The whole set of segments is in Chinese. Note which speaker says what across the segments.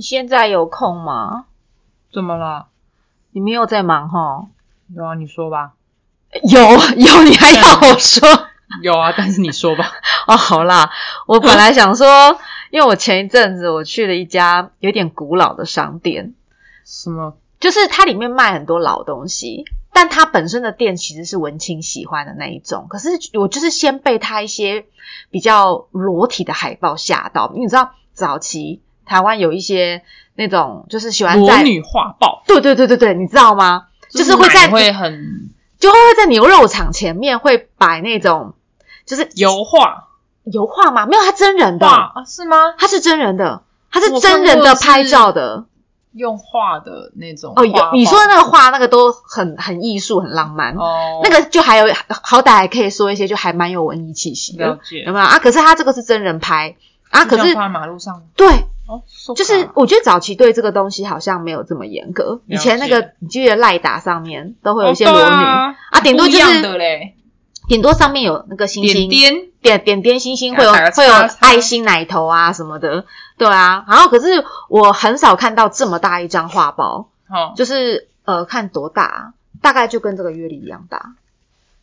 Speaker 1: 现在有空吗？
Speaker 2: 怎么了？
Speaker 1: 你没有在忙哈？
Speaker 2: 有啊，你说吧。
Speaker 1: 有有，你还要我说？
Speaker 2: 有啊， 但是你说吧。
Speaker 1: 哦，好啦，我本来想说， 因为我前一阵子我去了一家有点古老的商店，
Speaker 2: 什么？
Speaker 1: 就是它里面卖很多老东西，但它本身的店其实是文青喜欢的那一种。可是我就是先被它一些比较裸体的海报吓到，你知道早期台湾有一些那种就是喜欢
Speaker 2: 裸
Speaker 1: 在，
Speaker 2: 女画报，
Speaker 1: 对对对对对，你知道吗？就是会在
Speaker 2: 奶会很
Speaker 1: 就会在牛肉场前面会摆那种就是
Speaker 2: 油画
Speaker 1: 油画吗？没有，他真人的，
Speaker 2: 画啊？是吗？
Speaker 1: 他是真人的，他是真人的拍照的。
Speaker 2: 用画的那种
Speaker 1: 哦，
Speaker 2: 画
Speaker 1: 有
Speaker 2: 报
Speaker 1: 你说的那个画，那个都很很艺术，很浪漫。
Speaker 2: 哦，
Speaker 1: 那个就还有好歹还可以说一些，就还蛮有文艺气息
Speaker 2: 了
Speaker 1: 的，
Speaker 2: 解
Speaker 1: 有没有啊？可是他这个是真人拍啊，可
Speaker 2: 就这样
Speaker 1: 是
Speaker 2: 放在马路上
Speaker 1: 对，
Speaker 2: 哦，so
Speaker 1: 就是我觉得早期对这个东西好像没有这么严格。以前那个你记得赖打上面都会有一些裸女、
Speaker 2: 哦对啊
Speaker 1: 啊，顶多就
Speaker 2: 不一样的
Speaker 1: 是
Speaker 2: 嘞，
Speaker 1: 顶多上面有那个星
Speaker 2: 点
Speaker 1: 星
Speaker 2: 点
Speaker 1: 点点点星星会有
Speaker 2: 打个叉
Speaker 1: 会有
Speaker 2: 叉
Speaker 1: 爱心奶头啊什么的，对啊。然后可是我很少看到这么大一张画包，
Speaker 2: 哦，
Speaker 1: 就是呃看多大、啊，大概就跟这个月历一样大，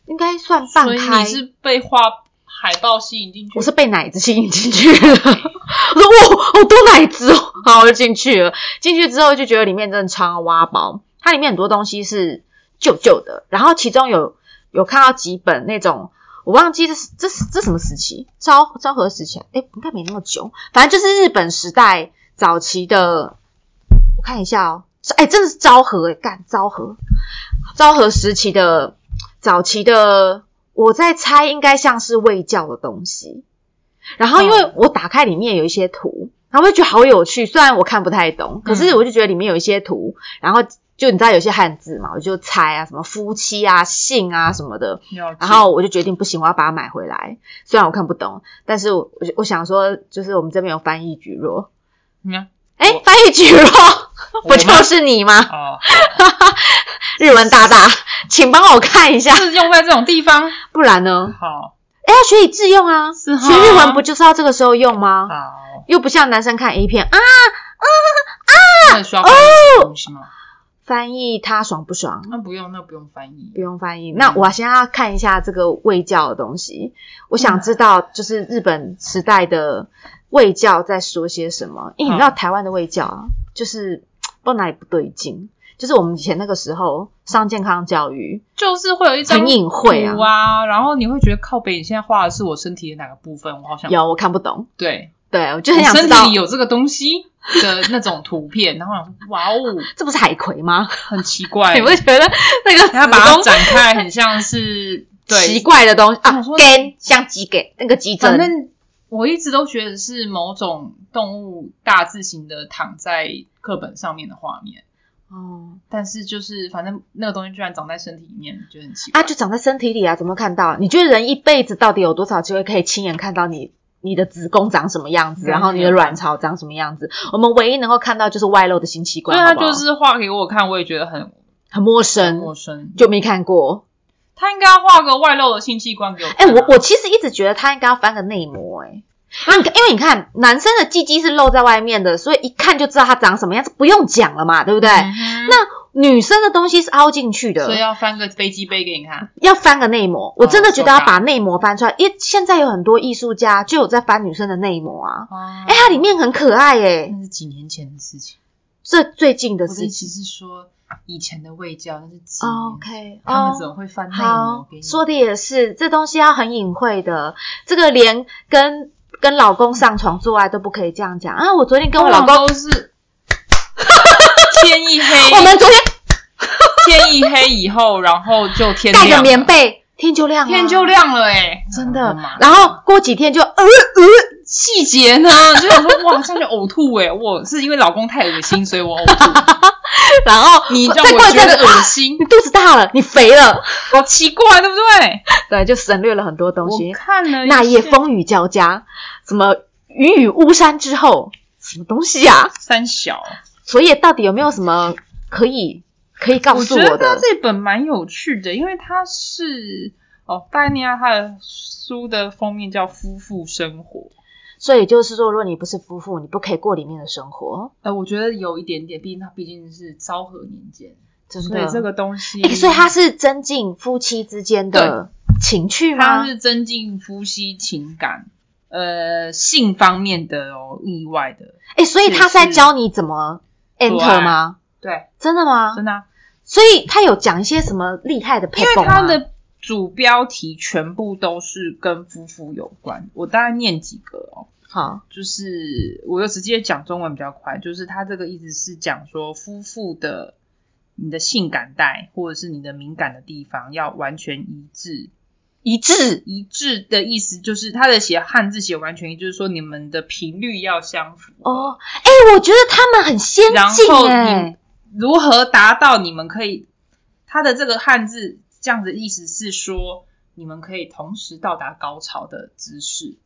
Speaker 1: 应该算
Speaker 2: 所
Speaker 1: 半
Speaker 2: 以你
Speaker 1: 开。
Speaker 2: 是被画海报吸引进去，
Speaker 1: 我是被奶子吸引进去了， 我说哇，好多奶子哦，好我就进去了。进去之后就觉得里面真的超挖宝，它里面很多东西是旧旧的，然后其中有有看到几本那种我忘记这是这是这什么时期，昭昭和时期啊，哎，应该没那么久，反正就是日本时代早期的，我看一下哦，哎，真的是昭和，干昭和，昭和时期的早期的，我在猜应该像是卫教的东西。然后因为
Speaker 2: 嗯
Speaker 1: 我打开里面有一些图，然后我就觉得好有趣，虽然我看不太懂，可是
Speaker 2: 嗯
Speaker 1: 我就觉得里面有一些图，然后就你知道有些汉字嘛，我就猜啊，什么夫妻啊、性啊什么的，
Speaker 2: 了解
Speaker 1: 然后我就决定不行，我要把它买回来。虽然我看不懂，但是我我我想说，就是我们这边有翻译举弱，
Speaker 2: 你看
Speaker 1: 哎
Speaker 2: 我，
Speaker 1: 翻译举 弱
Speaker 2: 我
Speaker 1: 不
Speaker 2: 吗
Speaker 1: 就是你吗？
Speaker 2: 哦，
Speaker 1: 日文大大，请帮我看一下，
Speaker 2: 是用在这种地方，
Speaker 1: 不然呢？
Speaker 2: 好
Speaker 1: 哎，要学以致用啊，
Speaker 2: 是哈
Speaker 1: 学日文不就是要这个时候用吗？
Speaker 2: 好，
Speaker 1: 又不像男生看 A 片啊，
Speaker 2: 那需要翻译
Speaker 1: 哦
Speaker 2: 什么东西吗？
Speaker 1: 翻译他爽不爽？
Speaker 2: 那不用，那不用翻译
Speaker 1: 不。用翻译。
Speaker 2: 嗯
Speaker 1: 那我现在要看一下这个卫教的东西，我想知道就是日本时代的卫教在说些什么。因为你
Speaker 2: 嗯
Speaker 1: 知道台湾的卫教啊，就是不知道哪里不对劲，就是我们以前那个时候上健康教育
Speaker 2: 就是会有一张
Speaker 1: 很隐晦
Speaker 2: 图啊，然后你会觉得靠北，你现在画的是我身体的哪个部分？我好想
Speaker 1: 有我看不懂，
Speaker 2: 对，
Speaker 1: 对我就
Speaker 2: 我
Speaker 1: 很想知
Speaker 2: 身
Speaker 1: 道
Speaker 2: 体里，有这个东西的那种图片，然后我想说哇哦，
Speaker 1: 这不是海葵吗？
Speaker 2: 很奇怪
Speaker 1: 你，会觉得那个
Speaker 2: 他把它
Speaker 1: 子宫
Speaker 2: 展开很像是
Speaker 1: 奇
Speaker 2: 对，
Speaker 1: 怪的东西
Speaker 2: 我
Speaker 1: 啊
Speaker 2: 想说，
Speaker 1: 根像鸡给那个鸡
Speaker 2: 反
Speaker 1: 胗，
Speaker 2: 正我一直都觉得是某种动物大字型的躺在课本上面的画面，
Speaker 1: 哦，
Speaker 2: 但是就是反正那个东西居然长在身体里面，觉得很奇怪。
Speaker 1: 啊，就长在身体里啊，怎么看到？你觉得人一辈子到底有多少机会可以亲眼看到你你的子宫长什么样子，
Speaker 2: 嗯
Speaker 1: 然后你的卵巢长什么样子？我们唯一能够看到就是外露的性器
Speaker 2: 所
Speaker 1: 官，
Speaker 2: 以
Speaker 1: 好
Speaker 2: 他
Speaker 1: 不好
Speaker 2: 啊就是画给我看，我也觉得很
Speaker 1: 很陌
Speaker 2: 很
Speaker 1: 生，
Speaker 2: 陌生。
Speaker 1: 就没看过。
Speaker 2: 他应该要画个外露的性器官给我
Speaker 1: 哎、
Speaker 2: 看啊。
Speaker 1: 我我其实一直觉得他应该要翻个内膜、
Speaker 2: 啊
Speaker 1: 哎。那你看，因为你看，男生的鸡鸡是露在外面的，所以一看就知道他长什么样子，不用讲了嘛，对不对？
Speaker 2: 嗯哼
Speaker 1: 女生的东西是凹进去的，
Speaker 2: 所以要啊翻个飞机杯给你看。
Speaker 1: 要翻个内膜，我真的觉得
Speaker 2: 手
Speaker 1: 要
Speaker 2: 感
Speaker 1: 把内膜翻出来，因为现在有很多艺术家就有在翻女生的内膜啊。
Speaker 2: 哦
Speaker 1: 哎、它里面很可爱耶、
Speaker 2: 那是几年前的事情，
Speaker 1: 这最近哎的
Speaker 2: 我的
Speaker 1: 事
Speaker 2: 意
Speaker 1: 情
Speaker 2: 思。是说以前的卫教，那是几年
Speaker 1: 哦 OK，
Speaker 2: 他们怎
Speaker 1: 哦，
Speaker 2: 么会翻内膜
Speaker 1: 好
Speaker 2: 给，你？
Speaker 1: 说的也是，这东西要很隐晦的，这个连跟跟老公上床做爱都不可以这样讲啊！我昨天跟我老公，
Speaker 2: 都是天一黑，
Speaker 1: 我们昨天
Speaker 2: 天一黑以后，然后就天
Speaker 1: 盖
Speaker 2: 亮
Speaker 1: 着
Speaker 2: 了，
Speaker 1: 棉被，天就亮了，
Speaker 2: 天就，亮了，哎，
Speaker 1: 真的
Speaker 2: 妈呀。
Speaker 1: 然后过几天就呃呃，
Speaker 2: 细节呢， 就想说哇，这样就呕吐哎，我是因为老公太恶心，所以我 呕吐。
Speaker 1: 然后
Speaker 2: 你让
Speaker 1: 再
Speaker 2: 我
Speaker 1: 过一
Speaker 2: 觉
Speaker 1: 阵
Speaker 2: 得
Speaker 1: 子，
Speaker 2: 恶
Speaker 1: 啊
Speaker 2: 心
Speaker 1: 你，肚子大了，你肥了，
Speaker 2: 好奇怪，对不对？
Speaker 1: 对，就省略了很多东西
Speaker 2: 我。看了一
Speaker 1: 那夜
Speaker 2: 下
Speaker 1: 风雨交加，什么云雨巫山之后，什么东西啊？
Speaker 2: 三小，
Speaker 1: 所以到底有没有什么可以可以告
Speaker 2: 我
Speaker 1: 诉
Speaker 2: 觉得
Speaker 1: 我
Speaker 2: 他
Speaker 1: 的？
Speaker 2: 这本蛮有趣的，因为他是哦，大家念一下他的书的封面叫《夫妇生活》，
Speaker 1: 所以就是说，如果你不是夫妇，你不可以过里面的生活。
Speaker 2: 呃，我觉得有一点点，毕竟它毕竟是昭和年间，
Speaker 1: 真
Speaker 2: 所
Speaker 1: 的，
Speaker 2: 以这个东西，
Speaker 1: 诶所以它是增进夫妻之间的情趣
Speaker 2: 它
Speaker 1: 吗？
Speaker 2: 是增进夫妻情感，呃，性方面的哦，意外的，
Speaker 1: 哎，所以他是在教你怎么
Speaker 2: 是
Speaker 1: enter 吗？
Speaker 2: 对，
Speaker 1: 真的吗？
Speaker 2: 真的啊、
Speaker 1: 所以他有讲一些什么厉害的配
Speaker 2: 因为
Speaker 1: 方
Speaker 2: 它
Speaker 1: 吗？
Speaker 2: 的主标题全部都是跟夫妇有关，我大概念几个哦。
Speaker 1: 好，
Speaker 2: 就是我就直接讲中文比较快，就是他这个意思是讲说夫妇的你的性感带或者是你的敏感的地方要完全一致。
Speaker 1: 一致
Speaker 2: 一致的意思就是他的写汉字写完全一致，就是说你们的频率要相符。
Speaker 1: 哦。哎，我觉得他们很先
Speaker 2: 然
Speaker 1: 进
Speaker 2: 后
Speaker 1: 哎
Speaker 2: 你。如何达到你们可以，他的这个汉字这样子意思是说你们可以同时到达高潮的姿势。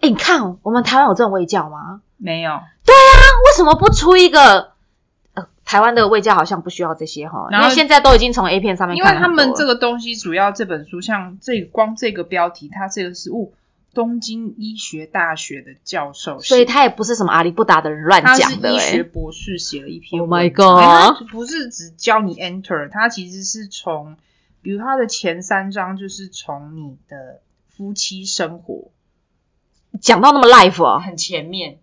Speaker 1: 哎，你看我们台湾有这种味教吗？
Speaker 2: 没有，
Speaker 1: 为什么不出一个？呃，台湾的味教好像不需要这些哈，因
Speaker 2: 然后
Speaker 1: 为现在都已经从 A 片上面
Speaker 2: 因为
Speaker 1: 看了
Speaker 2: 他
Speaker 1: 很多了，
Speaker 2: 们这个东西主要这本书，像这光这个标题，它这个是哦，东京医学大学的教授写，
Speaker 1: 所以他也不是什么阿里不达的人乱
Speaker 2: 他是
Speaker 1: 讲的
Speaker 2: 医
Speaker 1: 哎、
Speaker 2: 学博士写了一篇
Speaker 1: Oh
Speaker 2: 文
Speaker 1: my
Speaker 2: 章
Speaker 1: god
Speaker 2: 哎他不是只教你 enter，他其实是从，比如他的前三章就是从你的夫妻生活
Speaker 1: 讲到那么 life 哦，
Speaker 2: 很前面，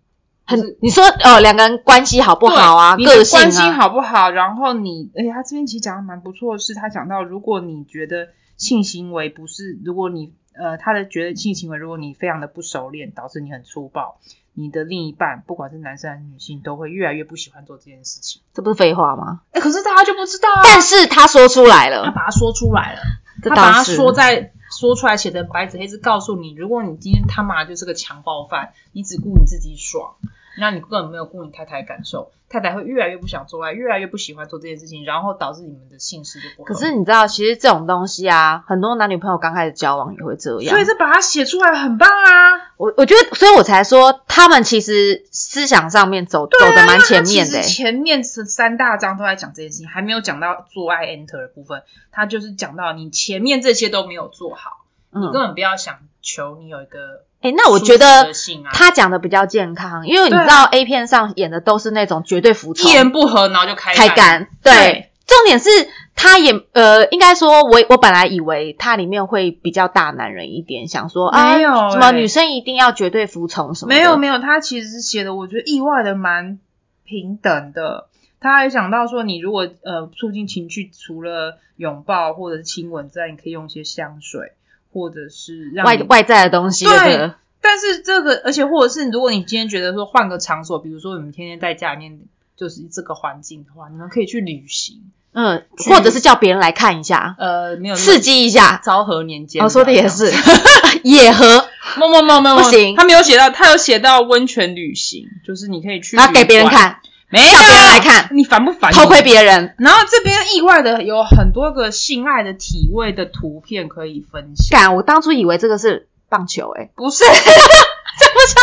Speaker 2: 就是
Speaker 1: 很你说呃两个人关系好不好啊，
Speaker 2: 对你的
Speaker 1: 个性
Speaker 2: 关系
Speaker 1: 啊，
Speaker 2: 好不好？然后你，哎，他这边其实讲的蛮不错的是，他讲到如果你觉得性行为不是，如果你呃，他的觉得性行为如果你非常的不熟练，导致你很粗暴，你的另一半不管是男生还是女性，都会越来越不喜欢做这件事情。
Speaker 1: 这不是废话吗？
Speaker 2: 哎，可是大家就不知道啊，
Speaker 1: 但是他说出来
Speaker 2: 他
Speaker 1: 了，
Speaker 2: 把它说出来了，
Speaker 1: 这
Speaker 2: 他把
Speaker 1: 倒
Speaker 2: 它
Speaker 1: 是
Speaker 2: 说在说出来，写成白纸黑字告诉你，如果你今天他妈就是个强暴犯，你只顾你自己爽，那你根本没有顾你太太的感受，太太会越来越不想做爱，越来越不喜欢做这件事情，然后导致你们的性事就不合
Speaker 1: 可是你知道，其实这种东西啊，很多男女朋友刚开始交往也会这样。
Speaker 2: 所以这把它写出来很棒啊，
Speaker 1: 我我觉得，所以我才说他们其实思想上面走、
Speaker 2: 啊
Speaker 1: 走的蛮前面的、欸
Speaker 2: 其实前面是三大章都在讲这件事情，还没有讲到做爱 enter 的部分，他就是讲到你前面这些都没有做好，你根
Speaker 1: 嗯，
Speaker 2: 本不要想求你有一个
Speaker 1: 哎、那我
Speaker 2: 舒
Speaker 1: 觉
Speaker 2: 服
Speaker 1: 得
Speaker 2: 的性啊
Speaker 1: 他讲的比较健康，因为你
Speaker 2: 对啊
Speaker 1: 知道 A 片上演的都是那种绝对服从
Speaker 2: 一、言不合然后就开
Speaker 1: 开干，对。
Speaker 2: 对
Speaker 1: 重点是他也呃，应该说我我本来以为他里面会比较大男人一点，想说啊，
Speaker 2: 没有欸
Speaker 1: 什么女生一定要绝对服从什么的，
Speaker 2: 没有没有，他其实写的我觉得意外的蛮平等的。他还讲到说，你如果呃促进情趣，除了拥抱或者是亲吻之外，你可以用一些香水，或者是让
Speaker 1: 外
Speaker 2: 你。
Speaker 1: 外在的东西，
Speaker 2: 对
Speaker 1: 对
Speaker 2: 但是这个，而且或者是如果你今天觉得说换个场所，比如说你们天天在家里面就是这个环境的话，你们可以去旅行。
Speaker 1: 嗯，或者是叫别人来看一下，
Speaker 2: 呃，没有那么
Speaker 1: 刺激一下。
Speaker 2: 昭和年间，
Speaker 1: 我说的也是， 野合，
Speaker 2: 没有，没有没有没有，
Speaker 1: 不行
Speaker 2: 他没有写到，他有写到温泉旅行，就是你可以去，
Speaker 1: 然后给别人，看，
Speaker 2: 没有
Speaker 1: 叫别人来看
Speaker 2: 你烦不烦？
Speaker 1: 偷窥别人，
Speaker 2: 然后这边意外的有很多个性爱的体位的图片可以分享，
Speaker 1: 干！我当初以为这个是棒球，哎，
Speaker 2: 不是？这 不是他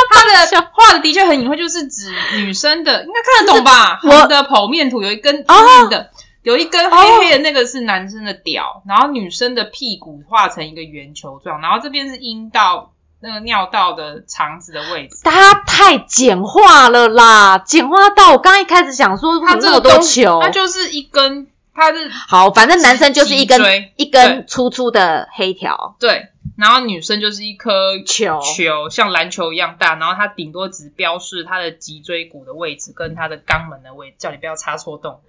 Speaker 2: 的画的的确很隐晦，就是指女生的，应该看得懂吧？
Speaker 1: 就是我
Speaker 2: 红的剖面图有一根秃硬的，有一根黑黑的那个是男生的屌，然后女生的屁股画成一个圆球状，然后这边是阴道那个尿道的肠子的位置。
Speaker 1: 它太简化了啦，简化到我刚一开始想说
Speaker 2: 它
Speaker 1: 它
Speaker 2: 这
Speaker 1: 这
Speaker 2: 个
Speaker 1: 么
Speaker 2: 东
Speaker 1: 多
Speaker 2: 西，
Speaker 1: 球
Speaker 2: 它，就是一根，它是
Speaker 1: 好，反正男生就是一根
Speaker 2: 脊椎
Speaker 1: 一根粗粗的黑条
Speaker 2: 对，然后女生就是一颗
Speaker 1: 球，
Speaker 2: 球像篮球一样大，然后它顶多只标示它的脊椎骨的位置跟它的肛门的位置，叫你不要插错洞。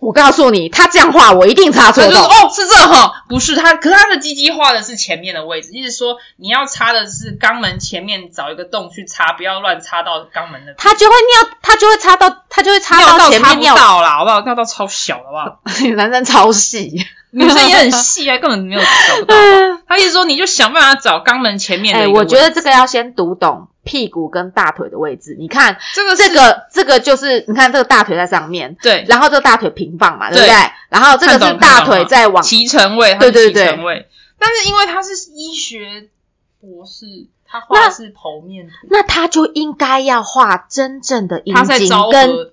Speaker 1: 我告诉你，他这样画我一定插错
Speaker 2: 就是
Speaker 1: 洞。
Speaker 2: 哦，是这哈， 不是它，可是它的鸡鸡画的是前面的位置，意思说你要插的是肛门前面找一个洞去插，不要乱插到肛门那边。
Speaker 1: 他就会尿，他就会插到，他就会插到前
Speaker 2: 插
Speaker 1: 面
Speaker 2: 不
Speaker 1: 尿。
Speaker 2: 到啦，好不好？尿道超小的，好不好？
Speaker 1: 男生超 细，
Speaker 2: 女生也很细啊，根本没有找不到。他意思说，你就想办法找肛门前面的
Speaker 1: 哎、
Speaker 2: 一个位
Speaker 1: 我
Speaker 2: 置。
Speaker 1: 觉得这个要先读懂屁股跟大腿的位置。你看
Speaker 2: 这个是
Speaker 1: 这个，这个就是你看这个大腿在上面，
Speaker 2: 对，
Speaker 1: 然后这个大腿平放嘛，对不
Speaker 2: 对
Speaker 1: 对？然后这个
Speaker 2: 看
Speaker 1: 是
Speaker 2: 懂
Speaker 1: 大腿在往，
Speaker 2: 脐橙位，
Speaker 1: 对对
Speaker 2: 它是脐橙位。但是因为他是医学博士，他画的是剖面图，
Speaker 1: 那他就应该要画真正的阴
Speaker 2: 他在
Speaker 1: 茎
Speaker 2: 昭
Speaker 1: 跟，
Speaker 2: 和，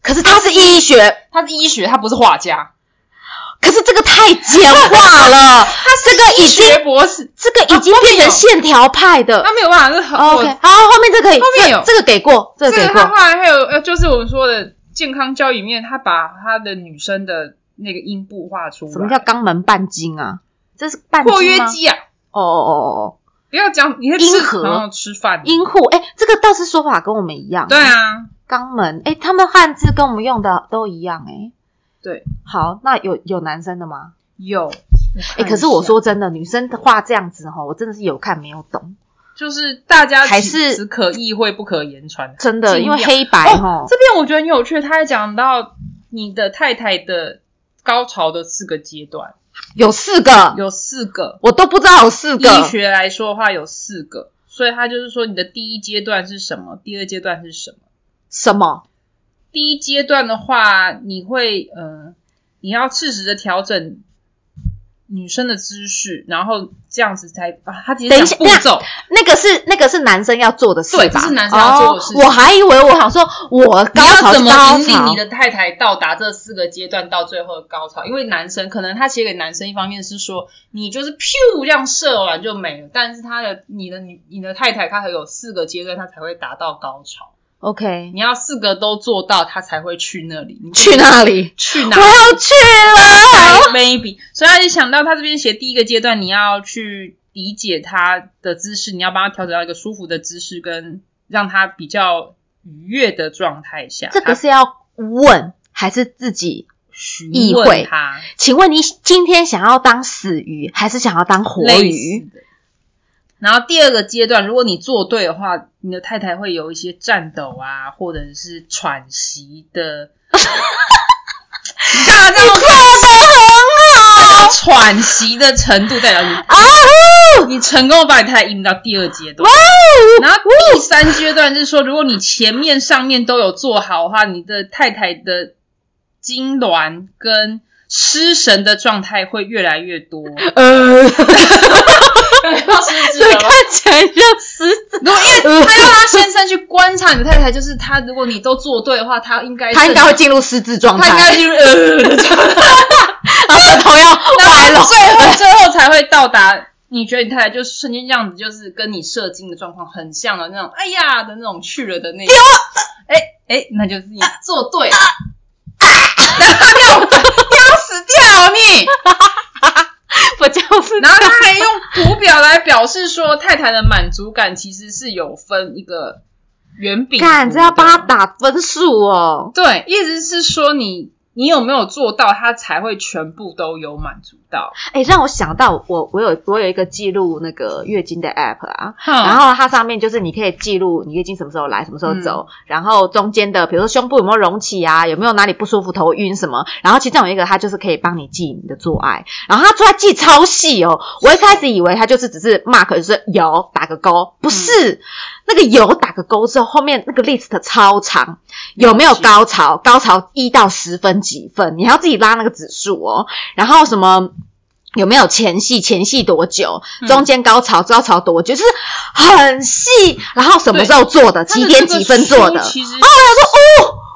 Speaker 1: 可是他是医学，
Speaker 2: 他是医学，他不是画家。
Speaker 1: 可是这个太简化
Speaker 2: 啊
Speaker 1: 了，这个已经
Speaker 2: 学博士，
Speaker 1: 这个已经变成线条派的。
Speaker 2: 他没有办法是合作
Speaker 1: 哦 OK，好，后面这可以，
Speaker 2: 后面
Speaker 1: 这
Speaker 2: 有
Speaker 1: 这个给过，这
Speaker 2: 这
Speaker 1: 个给
Speaker 2: 个
Speaker 1: 过
Speaker 2: 他。后来还有呃，就是我们说的健康教育里面，他把他的女生的那个阴部画出来。
Speaker 1: 什么叫肛门半茎啊？这是半
Speaker 2: 括
Speaker 1: 茎
Speaker 2: 约
Speaker 1: 吗？
Speaker 2: 肌啊？
Speaker 1: 哦哦哦哦
Speaker 2: 不要讲，你会
Speaker 1: 阴
Speaker 2: 吃
Speaker 1: 核
Speaker 2: 然后吃饭
Speaker 1: 哦，。阴户，哎，这个倒是说法跟我们一样。
Speaker 2: 对，啊，
Speaker 1: 肛门，哎，他们汉字跟我们用的都一样，哎。
Speaker 2: 对，
Speaker 1: 好，那有有男生的吗？
Speaker 2: 有。
Speaker 1: 哎，
Speaker 2: 看一
Speaker 1: 可是我
Speaker 2: 下，
Speaker 1: 说真的，女生的话这样子哈，我真的是有看没有懂，
Speaker 2: 就是大家
Speaker 1: 还
Speaker 2: 其
Speaker 1: 是
Speaker 2: 只可意会不可言传。
Speaker 1: 真的，
Speaker 2: 尽
Speaker 1: 因
Speaker 2: 量
Speaker 1: 为黑白哈
Speaker 2: 哦，，这边我觉得很有趣，他还讲到你的太太的高潮的四个阶段，
Speaker 1: 有四个，
Speaker 2: 有四个。
Speaker 1: 我都不知道有四个。
Speaker 2: 医学来说的话，有四个，所以他就是说你的第一阶段是什么，第二阶段是什么。
Speaker 1: 什么？
Speaker 2: 第一阶段的话，你会呃，你要适时的调整女生的姿势，然后这样子才啊，他其实
Speaker 1: 等一
Speaker 2: 讲
Speaker 1: 下
Speaker 2: 步骤，
Speaker 1: 那个是那个是男生要做的事
Speaker 2: 对
Speaker 1: 吧？
Speaker 2: 这是男生要做的事
Speaker 1: 哦。我还以为我想说，我
Speaker 2: 你
Speaker 1: 高潮
Speaker 2: 要
Speaker 1: 是
Speaker 2: 怎
Speaker 1: 高
Speaker 2: 么引领
Speaker 1: 潮
Speaker 2: 你，的太太到达这四个阶段到最后的高潮？因为男生可能他写给男生，一方面是说你就是噗这样射完就没了，但是他的你的女你的太太，她还有四个阶段，她才会达到高潮。
Speaker 1: OK，
Speaker 2: 你要四个都做到，她才会去那里。你不
Speaker 1: 去哪里？
Speaker 2: 去
Speaker 1: 我
Speaker 2: 哪里？
Speaker 1: 要去了。
Speaker 2: m a y b e 所以他就想到他这边写第一个阶段，你要去理解他的姿势，你要帮他调整到一个舒服的姿势，跟让他比较愉悦的状态下，
Speaker 1: 这个是要问还是自己？
Speaker 2: 询
Speaker 1: 意会
Speaker 2: 问他
Speaker 1: 请问你今天想要当死鱼，还是想要当活
Speaker 2: 类
Speaker 1: 鱼？
Speaker 2: 似的。然后第二个阶段，如果你做对的话，你的太太会有一些颤抖啊，或者是喘息 的。大到
Speaker 1: 很好
Speaker 2: 喘息的程度代表你
Speaker 1: 啊呼！
Speaker 2: 你成功把你太太引到第二阶段
Speaker 1: 哇。哦
Speaker 2: 然后第三阶段是说，如果你前面上面都有做好的话，你的太太的痉挛跟失神的状态会越来越多。
Speaker 1: 呃，
Speaker 2: 失
Speaker 1: 所以看呃起来像狮子。
Speaker 2: 如果因为他要他先生去观察你的太太，就是他，如果你都做对的话，他应该
Speaker 1: 他应该会，进入狮子状
Speaker 2: 他应
Speaker 1: 态，
Speaker 2: 该进入呃，
Speaker 1: 然后舌头要 歪了
Speaker 2: 然后。最后最后才会到达。你觉得你太太就瞬间这样子，就是跟你射精的状况很像的那种，哎呀的那种去了的那种，哎哎，那就是你
Speaker 1: 啊
Speaker 2: 做对了， 然后掉掉死掉你。
Speaker 1: 我就是
Speaker 2: 然后他还用图表来表示说，太太的满足感其实是有分一个圆饼图的，
Speaker 1: 干，这要帮他打分数哦。
Speaker 2: 对，意思是说你你有没有做到，他才会全部都有满足到。
Speaker 1: 哎，让我想到我我有我有一个记录那个月经的 app 啊，然
Speaker 2: 然
Speaker 1: 后它上面就是你可以记录你月经什么时候来，什么时候走，然后中间的比如说胸部有没有隆起啊，有没有哪里不舒服、头晕什么，然后其中有一个它就是可以帮你记你的做爱，然后它做爱记超细哦，我一开始以为它就是只是 mark 就是有打个勾，不是、那个有打个勾之后，后面那个 list 超长，有没有高潮？高潮一到十分几分？你还要自己拉那个指数哦。然后什么有没有前戏？前戏多久？
Speaker 2: 嗯
Speaker 1: 中间高潮高潮多久？就是很细。然后什么时候做的？
Speaker 2: 他的
Speaker 1: 几
Speaker 2: 这
Speaker 1: 点
Speaker 2: 个
Speaker 1: 几分做的？
Speaker 2: 书其实
Speaker 1: 哦，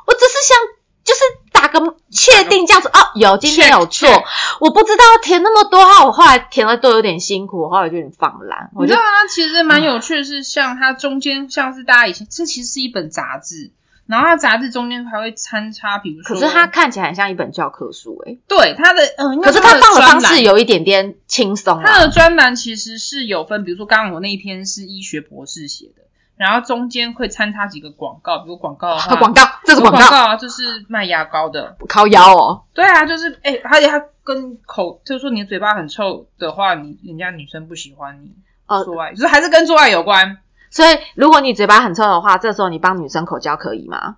Speaker 1: 我只是想就是打个确定这样子哦，有今天有做
Speaker 2: 嗯 Check，check
Speaker 1: 我不知道填那么多哈，我后来填了都有点辛苦，我后来有点放懒，我
Speaker 2: 你
Speaker 1: 就
Speaker 2: 知道啊，其实蛮有趣的是，像它中间像是大家以前这其实是一本杂志，然后它杂志中间还会参差，比如
Speaker 1: 可
Speaker 2: 说，
Speaker 1: 是它看起来很像一本教科书诶、
Speaker 2: 对它的嗯、应该
Speaker 1: 可是
Speaker 2: 说它
Speaker 1: 它放的方式
Speaker 2: 专栏。
Speaker 1: 有一点点轻松
Speaker 2: 它
Speaker 1: 啊，
Speaker 2: 的专栏其实是有分，比如说刚刚我那一篇是医学博士写的，然后中间会参插几个广告，比如广告的话，
Speaker 1: 啊广告这是
Speaker 2: 有
Speaker 1: 广
Speaker 2: 广告
Speaker 1: 告
Speaker 2: 啊，就是卖牙膏的，
Speaker 1: 靠腰哦，
Speaker 2: 对啊，就是哎、而且它跟口，就是说你的嘴巴很臭的话，你人家女生不喜欢你
Speaker 1: 哦
Speaker 2: 做爱，就是还是跟做爱有关。
Speaker 1: 所以如果你嘴巴很臭的话，这时候你帮女生口交可以吗？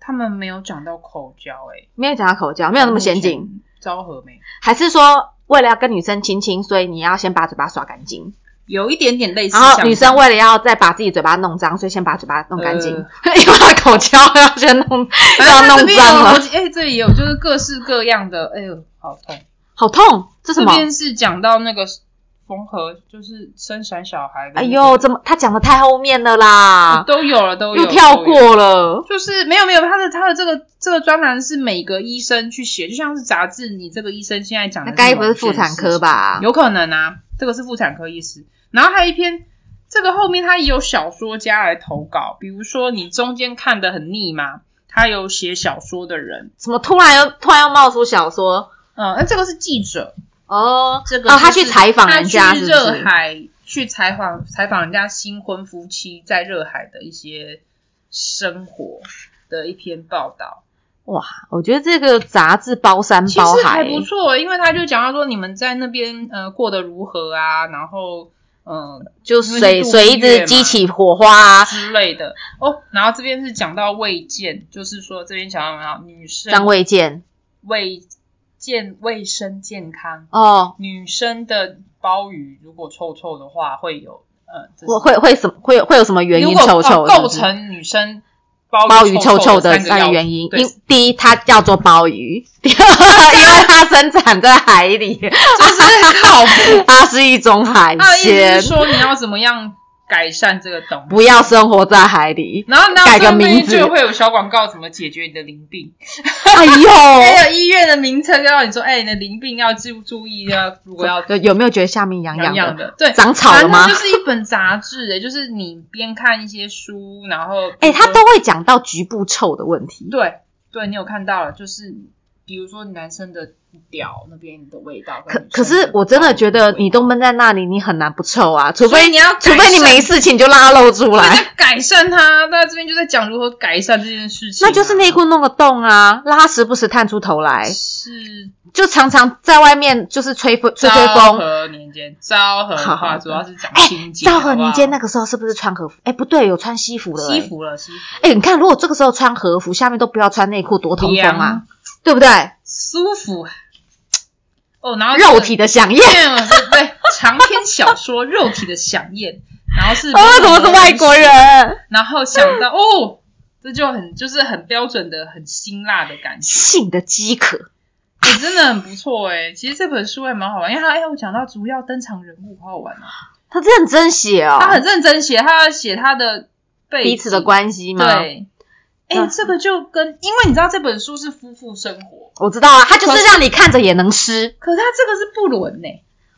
Speaker 2: 他们没有讲到口交、哎，
Speaker 1: 没有讲到口交，没有那
Speaker 2: 啊
Speaker 1: 么先进，，
Speaker 2: 昭和没
Speaker 1: 还是说为了要跟女生亲亲，所以你要先把嘴巴刷干净？
Speaker 2: 有一点点类似
Speaker 1: 然
Speaker 2: 像这样，
Speaker 1: 后女生为了要再把自己嘴巴弄脏，所以先把嘴巴弄干净，
Speaker 2: 呃
Speaker 1: 因为她口交要先弄
Speaker 2: 反
Speaker 1: 要
Speaker 2: 正它这
Speaker 1: 弄
Speaker 2: 边
Speaker 1: 脏
Speaker 2: 有
Speaker 1: 了，
Speaker 2: 哎、这里也有 就是各式各样的，哎呦，好痛。
Speaker 1: 好痛！这什
Speaker 2: 这
Speaker 1: 么？
Speaker 2: 边是讲到那个缝合，就是生产小孩的
Speaker 1: 哎
Speaker 2: 那
Speaker 1: 呦，
Speaker 2: 个，
Speaker 1: 怎么他讲的太后面了啦？
Speaker 2: 都有了，都有
Speaker 1: 又跳
Speaker 2: 都有
Speaker 1: 过了。
Speaker 2: 就是没有没有，他的他的这个这个专栏是每个医生去写，就像是杂志，你这个医生现在讲
Speaker 1: 那
Speaker 2: 的
Speaker 1: 该不是妇产科
Speaker 2: 吧？
Speaker 1: 吧？
Speaker 2: 有可能啊，这个是妇产科医师。然后还有一篇，这个后面他也有小说家来投稿，比如说你中间看的很腻嘛，他有写小说的人，
Speaker 1: 怎么突然又突然又冒出小说？
Speaker 2: 嗯，那这个是记者，
Speaker 1: 哦，
Speaker 2: 这个
Speaker 1: 哦，
Speaker 2: 就是
Speaker 1: 他去采访人家
Speaker 2: 他去
Speaker 1: 是不
Speaker 2: 热
Speaker 1: 是？
Speaker 2: 海去采访采访人家新婚夫妻在热海的一些生活的一篇报道。
Speaker 1: 哇，我觉得这个杂志包山
Speaker 2: 其
Speaker 1: 包
Speaker 2: 实
Speaker 1: 海
Speaker 2: 还，不错，因为他就讲到说你们在那边呃过得如何啊，然后嗯、
Speaker 1: 就水
Speaker 2: 因为是度
Speaker 1: 水一
Speaker 2: 蜜月
Speaker 1: 直
Speaker 2: 嘛
Speaker 1: 激起火花、啊。
Speaker 2: 之类的哦。然后这边是讲到卫健，就是说这边讲到女
Speaker 1: 张
Speaker 2: 生
Speaker 1: 卫健
Speaker 2: 卫健卫生健康，
Speaker 1: 哦，
Speaker 2: 女生的鲍鱼如果臭臭的话会有呃，这是
Speaker 1: 我会会什么会会有什么原因臭
Speaker 2: 如
Speaker 1: 臭？
Speaker 2: 果构
Speaker 1: 是不是
Speaker 2: 成女生鲍
Speaker 1: 鲍鱼臭
Speaker 2: 臭
Speaker 1: 的
Speaker 2: 三
Speaker 1: 三
Speaker 2: 个
Speaker 1: 个原因，
Speaker 2: 对
Speaker 1: 因第一它叫做鲍鱼， 第二因为它生长在海里，
Speaker 2: 就是靠谱。
Speaker 1: 它是一种海
Speaker 2: 他的啊意
Speaker 1: 鲜
Speaker 2: 思是，说你要怎么样改善这个东西？
Speaker 1: 不要生活在海里。
Speaker 2: 然后呢，
Speaker 1: 改个
Speaker 2: 这边
Speaker 1: 名字
Speaker 2: 就会有小广告，怎么解决你的淋病？
Speaker 1: 哎呦，
Speaker 2: 还有医院的名称告诉你说，哎，你的淋病要注注意，要如果要
Speaker 1: 有有没有觉得下面痒
Speaker 2: 痒
Speaker 1: 痒
Speaker 2: 痒
Speaker 1: 的？
Speaker 2: 的，对，
Speaker 1: 哦长草
Speaker 2: 反
Speaker 1: 了
Speaker 2: 正
Speaker 1: 吗
Speaker 2: 它就？是一本杂志，哎， 就是你边看一些书，然后
Speaker 1: 哎，它都会讲到局部臭的问题。
Speaker 2: 对对，你有看到了，就是比如说男生的屌那边的味道，
Speaker 1: 可可是我真的觉得你都闷在那里，你很难不臭啊，除非
Speaker 2: 你要改
Speaker 1: 除
Speaker 2: 善，
Speaker 1: 非你没事情就拉漏出
Speaker 2: 对
Speaker 1: 来，
Speaker 2: 要改善它。大家这边就在讲如何改善这件事情啊，
Speaker 1: 那就是内裤弄个洞啊，让它时不时探出头来，
Speaker 2: 是
Speaker 1: 就常常在外面就是吹风吹吹
Speaker 2: 昭
Speaker 1: 风。
Speaker 2: 和年间，昭和的
Speaker 1: 好好
Speaker 2: 话
Speaker 1: 的
Speaker 2: 主要是讲
Speaker 1: 哎
Speaker 2: 清洁。
Speaker 1: 昭和年间那
Speaker 2: 个
Speaker 1: 个时候是不是穿和服？哎，不对，有穿西服的、
Speaker 2: 西
Speaker 1: 哎
Speaker 2: 服了，西服
Speaker 1: 哎，你看，如果这个时候穿和服，下面都不要穿内裤，多通风啊
Speaker 2: 凉，
Speaker 1: 对不对？
Speaker 2: 舒服。哦，然后这个
Speaker 1: 肉体的响应。
Speaker 2: 对对长篇小说《肉体的响宴》，然后是
Speaker 1: 哦，怎么是外国？人？
Speaker 2: 然后想到哦，这就很就是很标准的很辛辣的感觉，
Speaker 1: 性的饥渴，
Speaker 2: 哎、真的很不错哎、其实这本书还蛮好玩，因为它哎，我讲到主要登场人物，好好玩哦。
Speaker 1: 他认真写哦，
Speaker 2: 他很认真写，他要写他的背景
Speaker 1: 彼此的关系吗？
Speaker 2: 对，哎、
Speaker 1: 那
Speaker 2: 这个就跟因为你知道这本书是夫妇生活，
Speaker 1: 我知道啊，他就
Speaker 2: 可
Speaker 1: 是
Speaker 2: 是
Speaker 1: 让你看着也能湿
Speaker 2: 可他这个是不伦呢、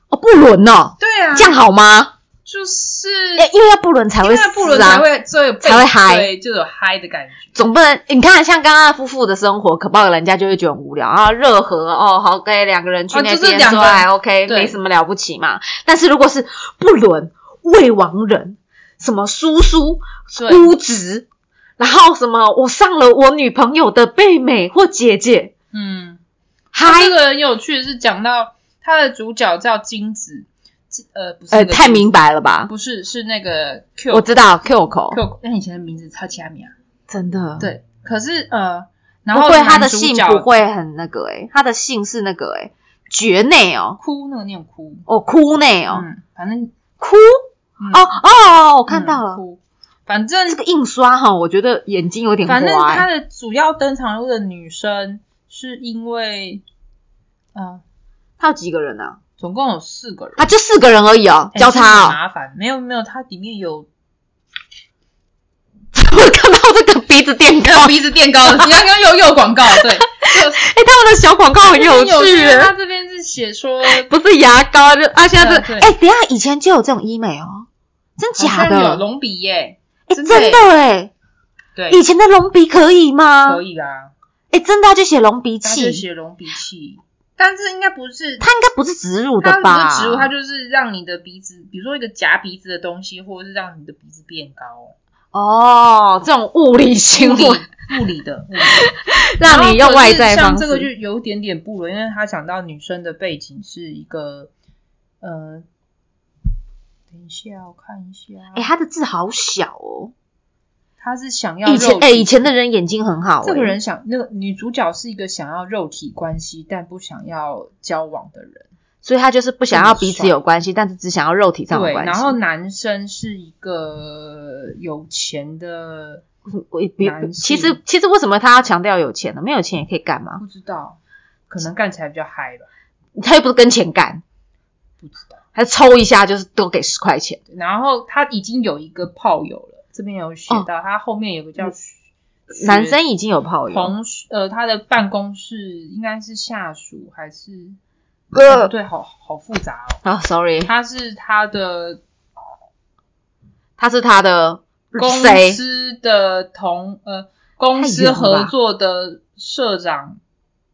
Speaker 1: 哦，不伦哦，
Speaker 2: 对啊，
Speaker 1: 这样好吗？
Speaker 2: 就是
Speaker 1: 哎，因为要不伦才会
Speaker 2: 因为
Speaker 1: 湿
Speaker 2: 不伦才
Speaker 1: 啊，
Speaker 2: 会最有
Speaker 1: 才会嗨
Speaker 2: 对，就有嗨的感觉。
Speaker 1: 总不能你看像刚刚夫妇的生活，可不好人家就会觉得很无聊啊，热河哦，好给两个人去
Speaker 2: 哦
Speaker 1: 那
Speaker 2: 就是
Speaker 1: 边
Speaker 2: 两
Speaker 1: 说
Speaker 2: 个人
Speaker 1: 还 OK，
Speaker 2: 对
Speaker 1: 没什么了不起嘛。但是如果是不伦未亡人，什么叔叔
Speaker 2: 对
Speaker 1: 姑侄，然后什么我上了我女朋友的妹妹或姐姐，
Speaker 2: 嗯，他
Speaker 1: 嗨
Speaker 2: 这，个很有趣，是讲到他的主角叫金子，金呃，不是那
Speaker 1: 呃，
Speaker 2: 个
Speaker 1: 太
Speaker 2: 金
Speaker 1: 明白了吧？
Speaker 2: 不是是那个 Q，
Speaker 1: 我知道 Q 口，
Speaker 2: Q，那以前的名字超级阿米啊。
Speaker 1: 真的，
Speaker 2: 对，可是呃，然
Speaker 1: 不
Speaker 2: 后
Speaker 1: 对，他的
Speaker 2: 男主
Speaker 1: 姓
Speaker 2: 角
Speaker 1: 不会很那个诶、他的姓是那个诶、哎绝内哦，
Speaker 2: 哭，那个念哭，
Speaker 1: 哦哭内哦，
Speaker 2: 嗯，反正
Speaker 1: 哭
Speaker 2: 嗯
Speaker 1: 哦哦，我看到
Speaker 2: 嗯
Speaker 1: 了，
Speaker 2: 哭反正
Speaker 1: 这个印刷哈，我觉得眼睛有点花、
Speaker 2: 反正他
Speaker 1: 欸。
Speaker 2: 的主要登场人物的女生是因为，呃，
Speaker 1: 他有几个人啊？
Speaker 2: 总共有四个人，
Speaker 1: 啊，就四个人而已哦，
Speaker 2: 哎
Speaker 1: 交
Speaker 2: 这个很
Speaker 1: 叉哦。
Speaker 2: 麻烦，没有没有，它里 面有啊
Speaker 1: 我看到这个鼻子垫高，哎、哎
Speaker 2: 鼻子垫高的， 你刚刚又又广告， 对，
Speaker 1: 他们的小广告很有
Speaker 2: 有啊
Speaker 1: 趣
Speaker 2: 因为他
Speaker 1: 欸，
Speaker 2: 这边是写 说，
Speaker 1: 不是牙膏就啊，现在这
Speaker 2: 对
Speaker 1: 哎、等一下以前就有这种医美哦，真假
Speaker 2: 好像有
Speaker 1: 的？
Speaker 2: 隆鼻耶，
Speaker 1: 哎、
Speaker 2: 真
Speaker 1: 真
Speaker 2: 的欸
Speaker 1: 的哎、
Speaker 2: 对，
Speaker 1: 以前的隆鼻可以吗？
Speaker 2: 可以啊，
Speaker 1: 哎、真的啊就写隆鼻
Speaker 2: 他就
Speaker 1: 器，
Speaker 2: 写隆鼻器，但是应该不是
Speaker 1: 它应该不是植入
Speaker 2: 它
Speaker 1: 的吧？
Speaker 2: 不是植入，它就是让你的鼻子，比如说一个夹鼻子的东西，或者是让你的鼻子变高，
Speaker 1: 哦，这种物理行
Speaker 2: 物
Speaker 1: 为
Speaker 2: 理物理的，物理的
Speaker 1: 让你用外在
Speaker 2: 然后
Speaker 1: 方
Speaker 2: 可是像这个就
Speaker 1: 式，
Speaker 2: 有点点不伦，因为他讲到女生的背景是一个，呃，等一下我看一下，
Speaker 1: 哎、他的字好小哦。
Speaker 2: 他是想要
Speaker 1: 以前
Speaker 2: 肉体
Speaker 1: 哎、以前的人眼睛很好、哎
Speaker 2: 这个人想那个女主角是一个想要肉体关系但不想要交往的人，
Speaker 1: 所以他就是不想要彼此有关系，但是只想要肉体上的
Speaker 2: 对，
Speaker 1: 关系。
Speaker 2: 然后男生是一个有钱的，
Speaker 1: 我比
Speaker 2: 男性
Speaker 1: 其实其实为什么他要强调有钱呢？没有钱也可以干嘛？
Speaker 2: 不知道，可能干起来比较嗨吧。
Speaker 1: 他又不是跟钱干，
Speaker 2: 不知道。
Speaker 1: 还抽一下就是都给十块钱。
Speaker 2: 然后他已经有一个炮友了，这边有写到，他后面有个叫雪
Speaker 1: 哦嗯男生已经有炮友，
Speaker 2: 同事呃，他的办公室应该是下属还是？
Speaker 1: 呃
Speaker 2: 不对，好好复杂哦。
Speaker 1: 啊、s o r r y
Speaker 2: 他是他的
Speaker 1: 他是他的
Speaker 2: 公
Speaker 1: 谁？
Speaker 2: 司的同呃公司合作的社长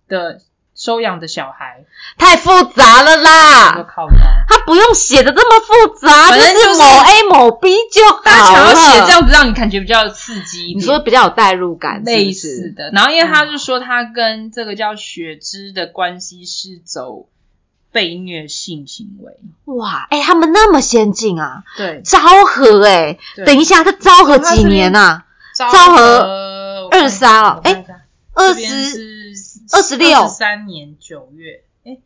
Speaker 2: 的收养的小孩，
Speaker 1: 太复杂了
Speaker 2: 就
Speaker 1: 啦！
Speaker 2: 靠他。
Speaker 1: 他不用写的这么复杂，
Speaker 2: 反正
Speaker 1: 就
Speaker 2: 就是是
Speaker 1: 某 A 某 B 就好了。
Speaker 2: 大家想要写这，样子，让你感觉比较刺激一点。
Speaker 1: 你说比较有代入感，是不是
Speaker 2: 类似的，然后因为他是说他跟这个叫雪芝的关系是走被虐性行为，
Speaker 1: 哇，哎、他们那么先进啊，
Speaker 2: 对，
Speaker 1: 昭和哎、
Speaker 2: 对
Speaker 1: 等一下，这昭和几年啊？
Speaker 2: 昭
Speaker 1: 昭
Speaker 2: 和
Speaker 1: 二三哦哎二
Speaker 2: 二
Speaker 1: 十
Speaker 2: 十
Speaker 1: 26
Speaker 2: 三年九月，哎，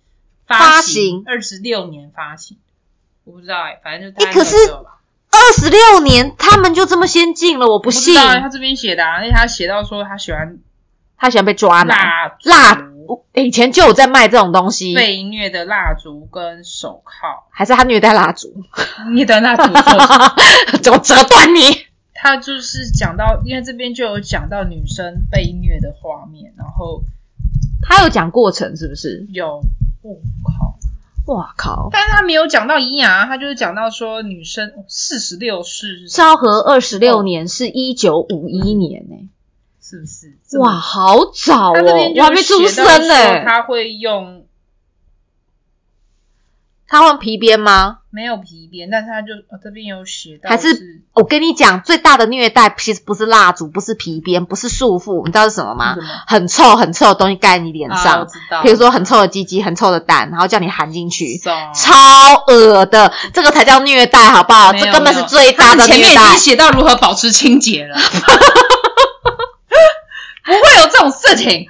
Speaker 1: 发行
Speaker 2: 行二十六年发行，我不知道哎、反正就大
Speaker 1: 哎
Speaker 2: 概
Speaker 1: 可是
Speaker 2: 那时候吧
Speaker 1: 二十六年，他们就这么先进了，我不
Speaker 2: 我不
Speaker 1: 信
Speaker 2: 知。道哎他这边写的、啊，而且他写到说他喜欢
Speaker 1: 他喜欢被抓拿
Speaker 2: 蜡
Speaker 1: 蜡
Speaker 2: 烛、
Speaker 1: 我哎以前就有在卖这种东西，
Speaker 2: 被虐的蜡烛跟手铐，
Speaker 1: 还是他虐待蜡烛，
Speaker 2: 你的蜡烛手铐。
Speaker 1: 怎么折断你？
Speaker 2: 他就是讲到，因为这边就有讲到女生被虐的画面，然后
Speaker 1: 他有讲过程是不是？
Speaker 2: 有，我、靠！
Speaker 1: 哇靠！
Speaker 2: 但是他没有讲到营养啊，他就是讲到说女生哦四十六是
Speaker 1: 昭和二十六年是一九五一年呢、
Speaker 2: 是不是？
Speaker 1: 哇，好早
Speaker 2: 这么，他这
Speaker 1: 哦
Speaker 2: 边，
Speaker 1: 我
Speaker 2: 就
Speaker 1: 还没出生呢、
Speaker 2: 呢、他会用
Speaker 1: 他换皮鞭吗？
Speaker 2: 没有皮鞭，但是他就、哦、这边有写到
Speaker 1: 还是
Speaker 2: 是
Speaker 1: 我跟你讲，最大的虐待其实不是蜡烛，不是皮鞭，不是束缚，你知道是什么吗
Speaker 2: 是什么？
Speaker 1: 很臭很臭的东西盖在你脸
Speaker 2: 啊我
Speaker 1: 上，
Speaker 2: 知道，
Speaker 1: 比如说很臭的鸡鸡、很臭的蛋，然后叫你含进去，
Speaker 2: 爽
Speaker 1: 超恶的，这个才叫虐待，好不好？
Speaker 2: 没有
Speaker 1: 这根本
Speaker 2: 没
Speaker 1: 是
Speaker 2: 有
Speaker 1: 最大的
Speaker 2: 前面
Speaker 1: 虐
Speaker 2: 已经
Speaker 1: 待。
Speaker 2: 写到如何保持清洁了， 不会有这种事情，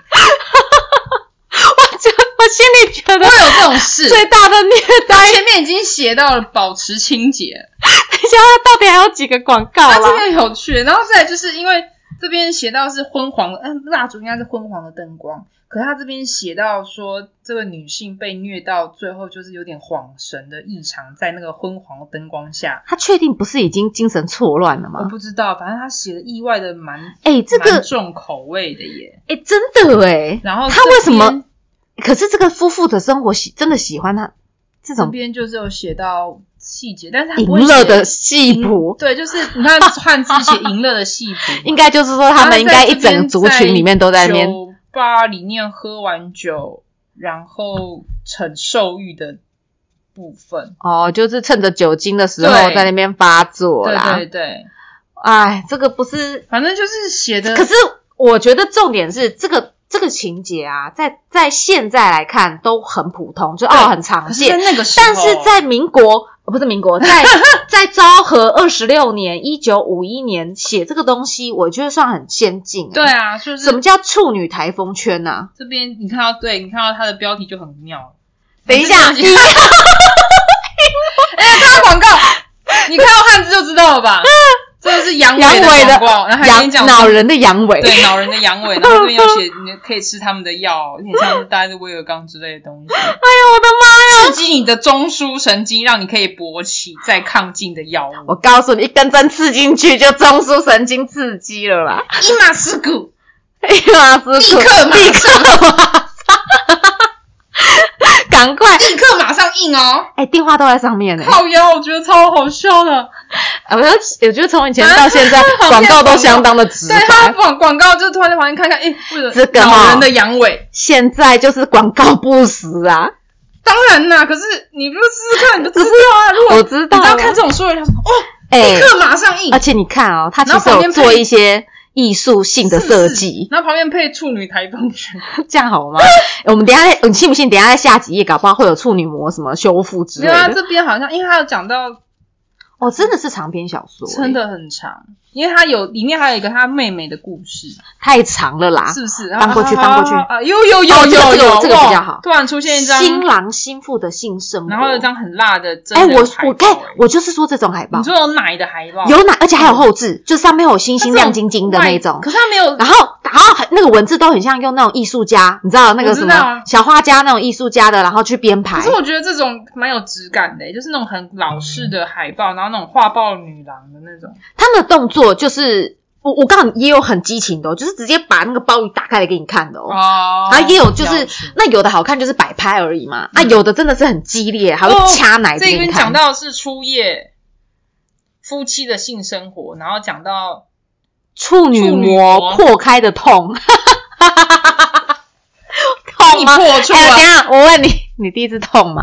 Speaker 1: 我就我心里觉
Speaker 2: 不
Speaker 1: 得
Speaker 2: 会有这种 事。
Speaker 1: 最大的虐
Speaker 2: 他
Speaker 1: 待，
Speaker 2: 前面已经写到了保持清洁，
Speaker 1: 等一下到底还有几个广告啊
Speaker 2: 它这
Speaker 1: 啦？
Speaker 2: 个有趣。然后再来就是因为这边写到是昏黄的，嗯，蜡烛应该是昏黄的灯光，可他这边写到说这个女性被虐到最后就是有点恍神的异常，在那个昏黄的灯光下，
Speaker 1: 他确定不是已经精神错乱了
Speaker 2: 我
Speaker 1: 吗？
Speaker 2: 不知道，反正他写的意外的蛮
Speaker 1: 哎、这
Speaker 2: 蛮
Speaker 1: 个
Speaker 2: 重口味的耶。
Speaker 1: 哎、真的哎、
Speaker 2: 然后
Speaker 1: 他为什么
Speaker 2: 哦这边
Speaker 1: 可是这个夫妇的生活喜真的喜欢他这
Speaker 2: 这
Speaker 1: 种
Speaker 2: 边就是有写到细节，但是他
Speaker 1: 淫
Speaker 2: 不会
Speaker 1: 乐
Speaker 2: 嗯写
Speaker 1: 的戏
Speaker 2: 淫
Speaker 1: 谱，
Speaker 2: 对，就是你看汉字写淫乐的戏 谱嘛，
Speaker 1: 应该就是说他们应该一整个族群里面都在那边
Speaker 2: 酒吧里面喝完酒，然后很受欲的部分。
Speaker 1: 哦，就是趁着酒精的时候
Speaker 2: 对
Speaker 1: 在那边发作
Speaker 2: 对
Speaker 1: 啦。
Speaker 2: 对对，
Speaker 1: 哎，这个不是，
Speaker 2: 反正就是写的
Speaker 1: 可是我觉得重点是这个这个情节啊，在在现在来看都很普通，就哦
Speaker 2: 对
Speaker 1: 很常
Speaker 2: 可是在
Speaker 1: 见，
Speaker 2: 那个时候，
Speaker 1: 但是在民国。哦不是 民国，在在昭和二十六年（一九五一年）写这个东西，我觉得算很先进、欸。
Speaker 2: 对，啊，就
Speaker 1: 什么
Speaker 2: 是
Speaker 1: 叫处女台风圈啊呢、
Speaker 2: 这边你看到，对你看到它的标题就很妙。
Speaker 1: 等一下，
Speaker 2: 这个东西哎，它的广告，你看到汉字就知道了 吧？这个是阳
Speaker 1: 阳痿
Speaker 2: 痿
Speaker 1: 的
Speaker 2: 的广告，然后还跟你
Speaker 1: 阳
Speaker 2: 讲
Speaker 1: 脑
Speaker 2: 说
Speaker 1: 人的阳痿，
Speaker 2: 对老人的阳痿，然后这边有写你可以吃他们的药，有点像大概是威尔刚之类的东西，
Speaker 1: 哎呦我的妈！
Speaker 2: 刺激你的中枢神经，让你可以勃起再亢进的 药
Speaker 1: 我
Speaker 2: 物。
Speaker 1: 告诉你，一根针刺进去就中枢神经刺激了啦！
Speaker 2: 伊马斯古，
Speaker 1: 哎呀，立
Speaker 2: 立刻马
Speaker 1: 立刻马上， 赶快！
Speaker 2: 立刻马上印哦！
Speaker 1: 哎，电话都在上面呢。
Speaker 2: 靠腰，我觉得超好笑的。
Speaker 1: 啊我觉得，我觉得从以前到现 在，
Speaker 2: 啊
Speaker 1: 广告都相当的直
Speaker 2: 对他
Speaker 1: 白。
Speaker 2: 广广告就突然在旁边看看，哎，为了
Speaker 1: 这个哦
Speaker 2: 老人的阳痿，
Speaker 1: 现在就是广告不实 啊！
Speaker 2: 当然啦，可是你不试试 看，你就知道啊。如果
Speaker 1: 我知道
Speaker 2: 你
Speaker 1: 啊
Speaker 2: 知道啊看这种书的人，他说哦，
Speaker 1: 哎
Speaker 2: 立，刻马上印
Speaker 1: 而，且你看哦，他其
Speaker 2: 然后
Speaker 1: 实
Speaker 2: 旁
Speaker 1: 有
Speaker 2: 边
Speaker 1: 做
Speaker 2: 配
Speaker 1: 一些艺术性的
Speaker 2: 是不是
Speaker 1: 设计，
Speaker 2: 然后旁边配处女台风拳，
Speaker 1: 这样好吗？ 我们等一下再，你信不信？等一下在下几页，搞不好会有处女膜什么修复之类
Speaker 2: 没有啊，
Speaker 1: 的。
Speaker 2: 这边好像因为他有讲到
Speaker 1: 哦，真的是长篇小说，欸
Speaker 2: 真的很长，因为他有里面还有一个他妹妹的故事，
Speaker 1: 太长了啦。
Speaker 2: 是不是？
Speaker 1: 翻过去
Speaker 2: 啊
Speaker 1: 翻过去
Speaker 2: 啊啊啊！有有有
Speaker 1: 哦这个
Speaker 2: 有
Speaker 1: 这个
Speaker 2: 有，
Speaker 1: 这个比
Speaker 2: 哇
Speaker 1: 较好
Speaker 2: 突然出现一张，
Speaker 1: 新郎新妇的性生活，
Speaker 2: 然后有一张很辣的真
Speaker 1: 哎，
Speaker 2: 人
Speaker 1: 我
Speaker 2: 海
Speaker 1: 我
Speaker 2: 报
Speaker 1: 看
Speaker 2: 哎
Speaker 1: 我就是说这种海报
Speaker 2: 你，说有奶的海报，
Speaker 1: 有哪，而且还有后置，就上面有星
Speaker 2: 它
Speaker 1: 星
Speaker 2: 这种
Speaker 1: 亮晶晶的那
Speaker 2: 外
Speaker 1: 种。
Speaker 2: 可是他没有
Speaker 1: 然后，然后还那个文字都很像用那种艺术家，你知道那个
Speaker 2: 我知
Speaker 1: 什
Speaker 2: 道
Speaker 1: 么
Speaker 2: 啊
Speaker 1: 小画家那种艺术家的，然后去编排
Speaker 2: 可是。我觉得这种蛮有质感的、就是那种很老式的海报，然后那种画报女郎的那种。
Speaker 1: 他们的动作就是，我我告诉你，也有很激情的、哦，就是直接把那个鲍鱼打开来给你看的哦。
Speaker 2: 哦
Speaker 1: 啊，也有就
Speaker 2: 了
Speaker 1: 是
Speaker 2: 解
Speaker 1: 那有的好看就是摆拍而已嘛，啊，
Speaker 2: 嗯
Speaker 1: 有的真的是很激烈，还会掐奶子
Speaker 2: 这
Speaker 1: 给
Speaker 2: 边
Speaker 1: 你
Speaker 2: 讲
Speaker 1: 看。
Speaker 2: 到是初夜夫妻的性生活，然后讲到
Speaker 1: 处女
Speaker 2: 处女
Speaker 1: 膜
Speaker 2: 膜
Speaker 1: 破开的痛，痛
Speaker 2: 你
Speaker 1: 吗？
Speaker 2: 破处
Speaker 1: 哎等一
Speaker 2: 啊，
Speaker 1: 下，我问你，你第一次痛吗？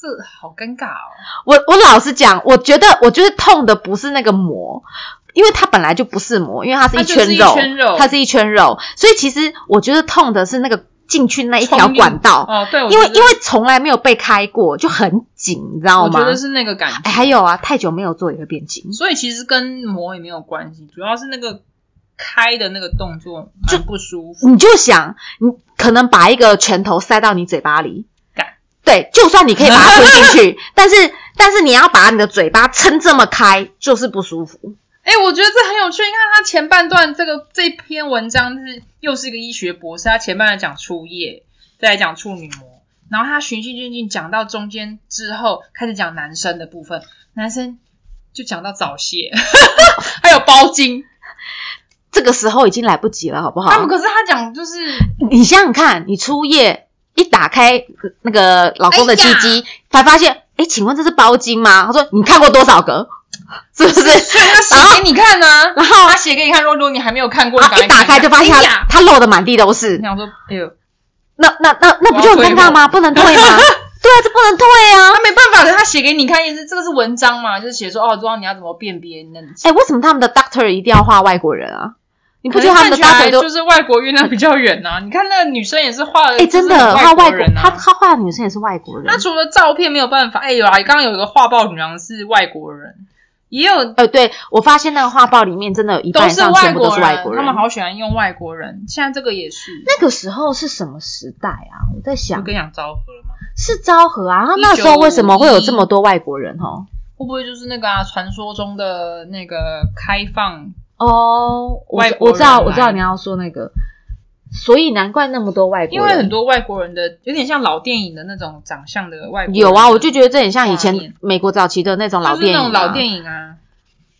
Speaker 2: 这好尴尬哦。
Speaker 1: 我我老实讲，我觉得我觉得痛的不是那个膜，因为它本来就不是膜，因为它是
Speaker 2: 它就
Speaker 1: 圈
Speaker 2: 是一
Speaker 1: 肉，
Speaker 2: 圈肉
Speaker 1: 它是一圈肉，所以其实我觉得痛的是那个进去那一条
Speaker 2: 冲进
Speaker 1: 管道，
Speaker 2: 哦，对，我
Speaker 1: 因为
Speaker 2: 觉得
Speaker 1: 因为从来没有被开过，就很紧，你知道
Speaker 2: 我觉
Speaker 1: 吗
Speaker 2: 得？是那个感觉，
Speaker 1: 哎，还有啊，太久没有做也会变紧，
Speaker 2: 所以其实跟膜也没有关系，主要是那个开的那个动作
Speaker 1: 就
Speaker 2: 蛮不舒服。
Speaker 1: 你就想，你可能把一个拳头塞到你嘴巴里
Speaker 2: 干，
Speaker 1: 对，就算你可以把它吞进去， 但是但是你要把你的嘴巴撑这么开，就是不舒服。
Speaker 2: 哎、我觉得这很有趣。你看他前半段这个这篇文章是又是一个医学博士，他前半段讲初夜，再来讲处女膜，然后他循序渐进讲到中间之后，开始讲男生的部分，男生就讲到早泄， 还有包茎。
Speaker 1: 这个时候已经来不及了，好不好？
Speaker 2: 他们可是他 讲就是
Speaker 1: 你想想看，你初夜一打开呃那个老公的鸡鸡，才发现，哎，请问这是包茎吗？他说你看过多少个？ 是不是？
Speaker 2: 他写给你看呢、
Speaker 1: 然后
Speaker 2: 他写给你看，如果你还没有看过，
Speaker 1: 啊，一打开就发现
Speaker 2: 哎
Speaker 1: 他
Speaker 2: 呀，
Speaker 1: 他漏的满地都是
Speaker 2: 你，想说，哎呦，
Speaker 1: 那那那那不就很尴尬吗？不能退 吗？对啊，这不能退啊！
Speaker 2: 他没办法的，他写给你看也是这个是文章嘛，就是写说哦，知道你要怎么辨别你的。
Speaker 1: 哎，为什么他们的 doctor 一定要画外国人啊？你
Speaker 2: 你
Speaker 1: 不觉得他们的
Speaker 2: 看
Speaker 1: doctor
Speaker 2: 起来
Speaker 1: 都
Speaker 2: 就是外国月亮比较远呐、你看那个女生也是画了，
Speaker 1: 哎真的
Speaker 2: 画
Speaker 1: 画外国
Speaker 2: 人
Speaker 1: 他
Speaker 2: 啊。
Speaker 1: 他画的女生也是外国人
Speaker 2: 那？除了照片没有办法，哎、有啊，刚刚有一个画报女郎是外国人，也有
Speaker 1: 呃，对我发现那个画报里面真的有一半以
Speaker 2: 是
Speaker 1: 上全部都
Speaker 2: 国
Speaker 1: 是外国人
Speaker 2: 他们。好喜欢用外国人。现在这个也是，
Speaker 1: 那个时候是什么时代啊？我在
Speaker 2: 我
Speaker 1: 想，
Speaker 2: 跟你讲昭和嘛，
Speaker 1: 是昭和啊，那那时候为什么会有这么多外国人哦？
Speaker 2: 会不会就是那个啊传说中的那个开放？
Speaker 1: 哦，我
Speaker 2: 外国
Speaker 1: 我
Speaker 2: 人
Speaker 1: 知道，
Speaker 2: 来
Speaker 1: 我知道你要说那个，所以难怪那么多外国人，
Speaker 2: 因为很多外国人的有点像老电影的那种长相的外国人
Speaker 1: 有啊，我就觉得这很像以
Speaker 2: 画
Speaker 1: 前
Speaker 2: 面
Speaker 1: 美国早期的那种老
Speaker 2: 就是
Speaker 1: 电影、
Speaker 2: 那
Speaker 1: 啊，
Speaker 2: 种老电影啊，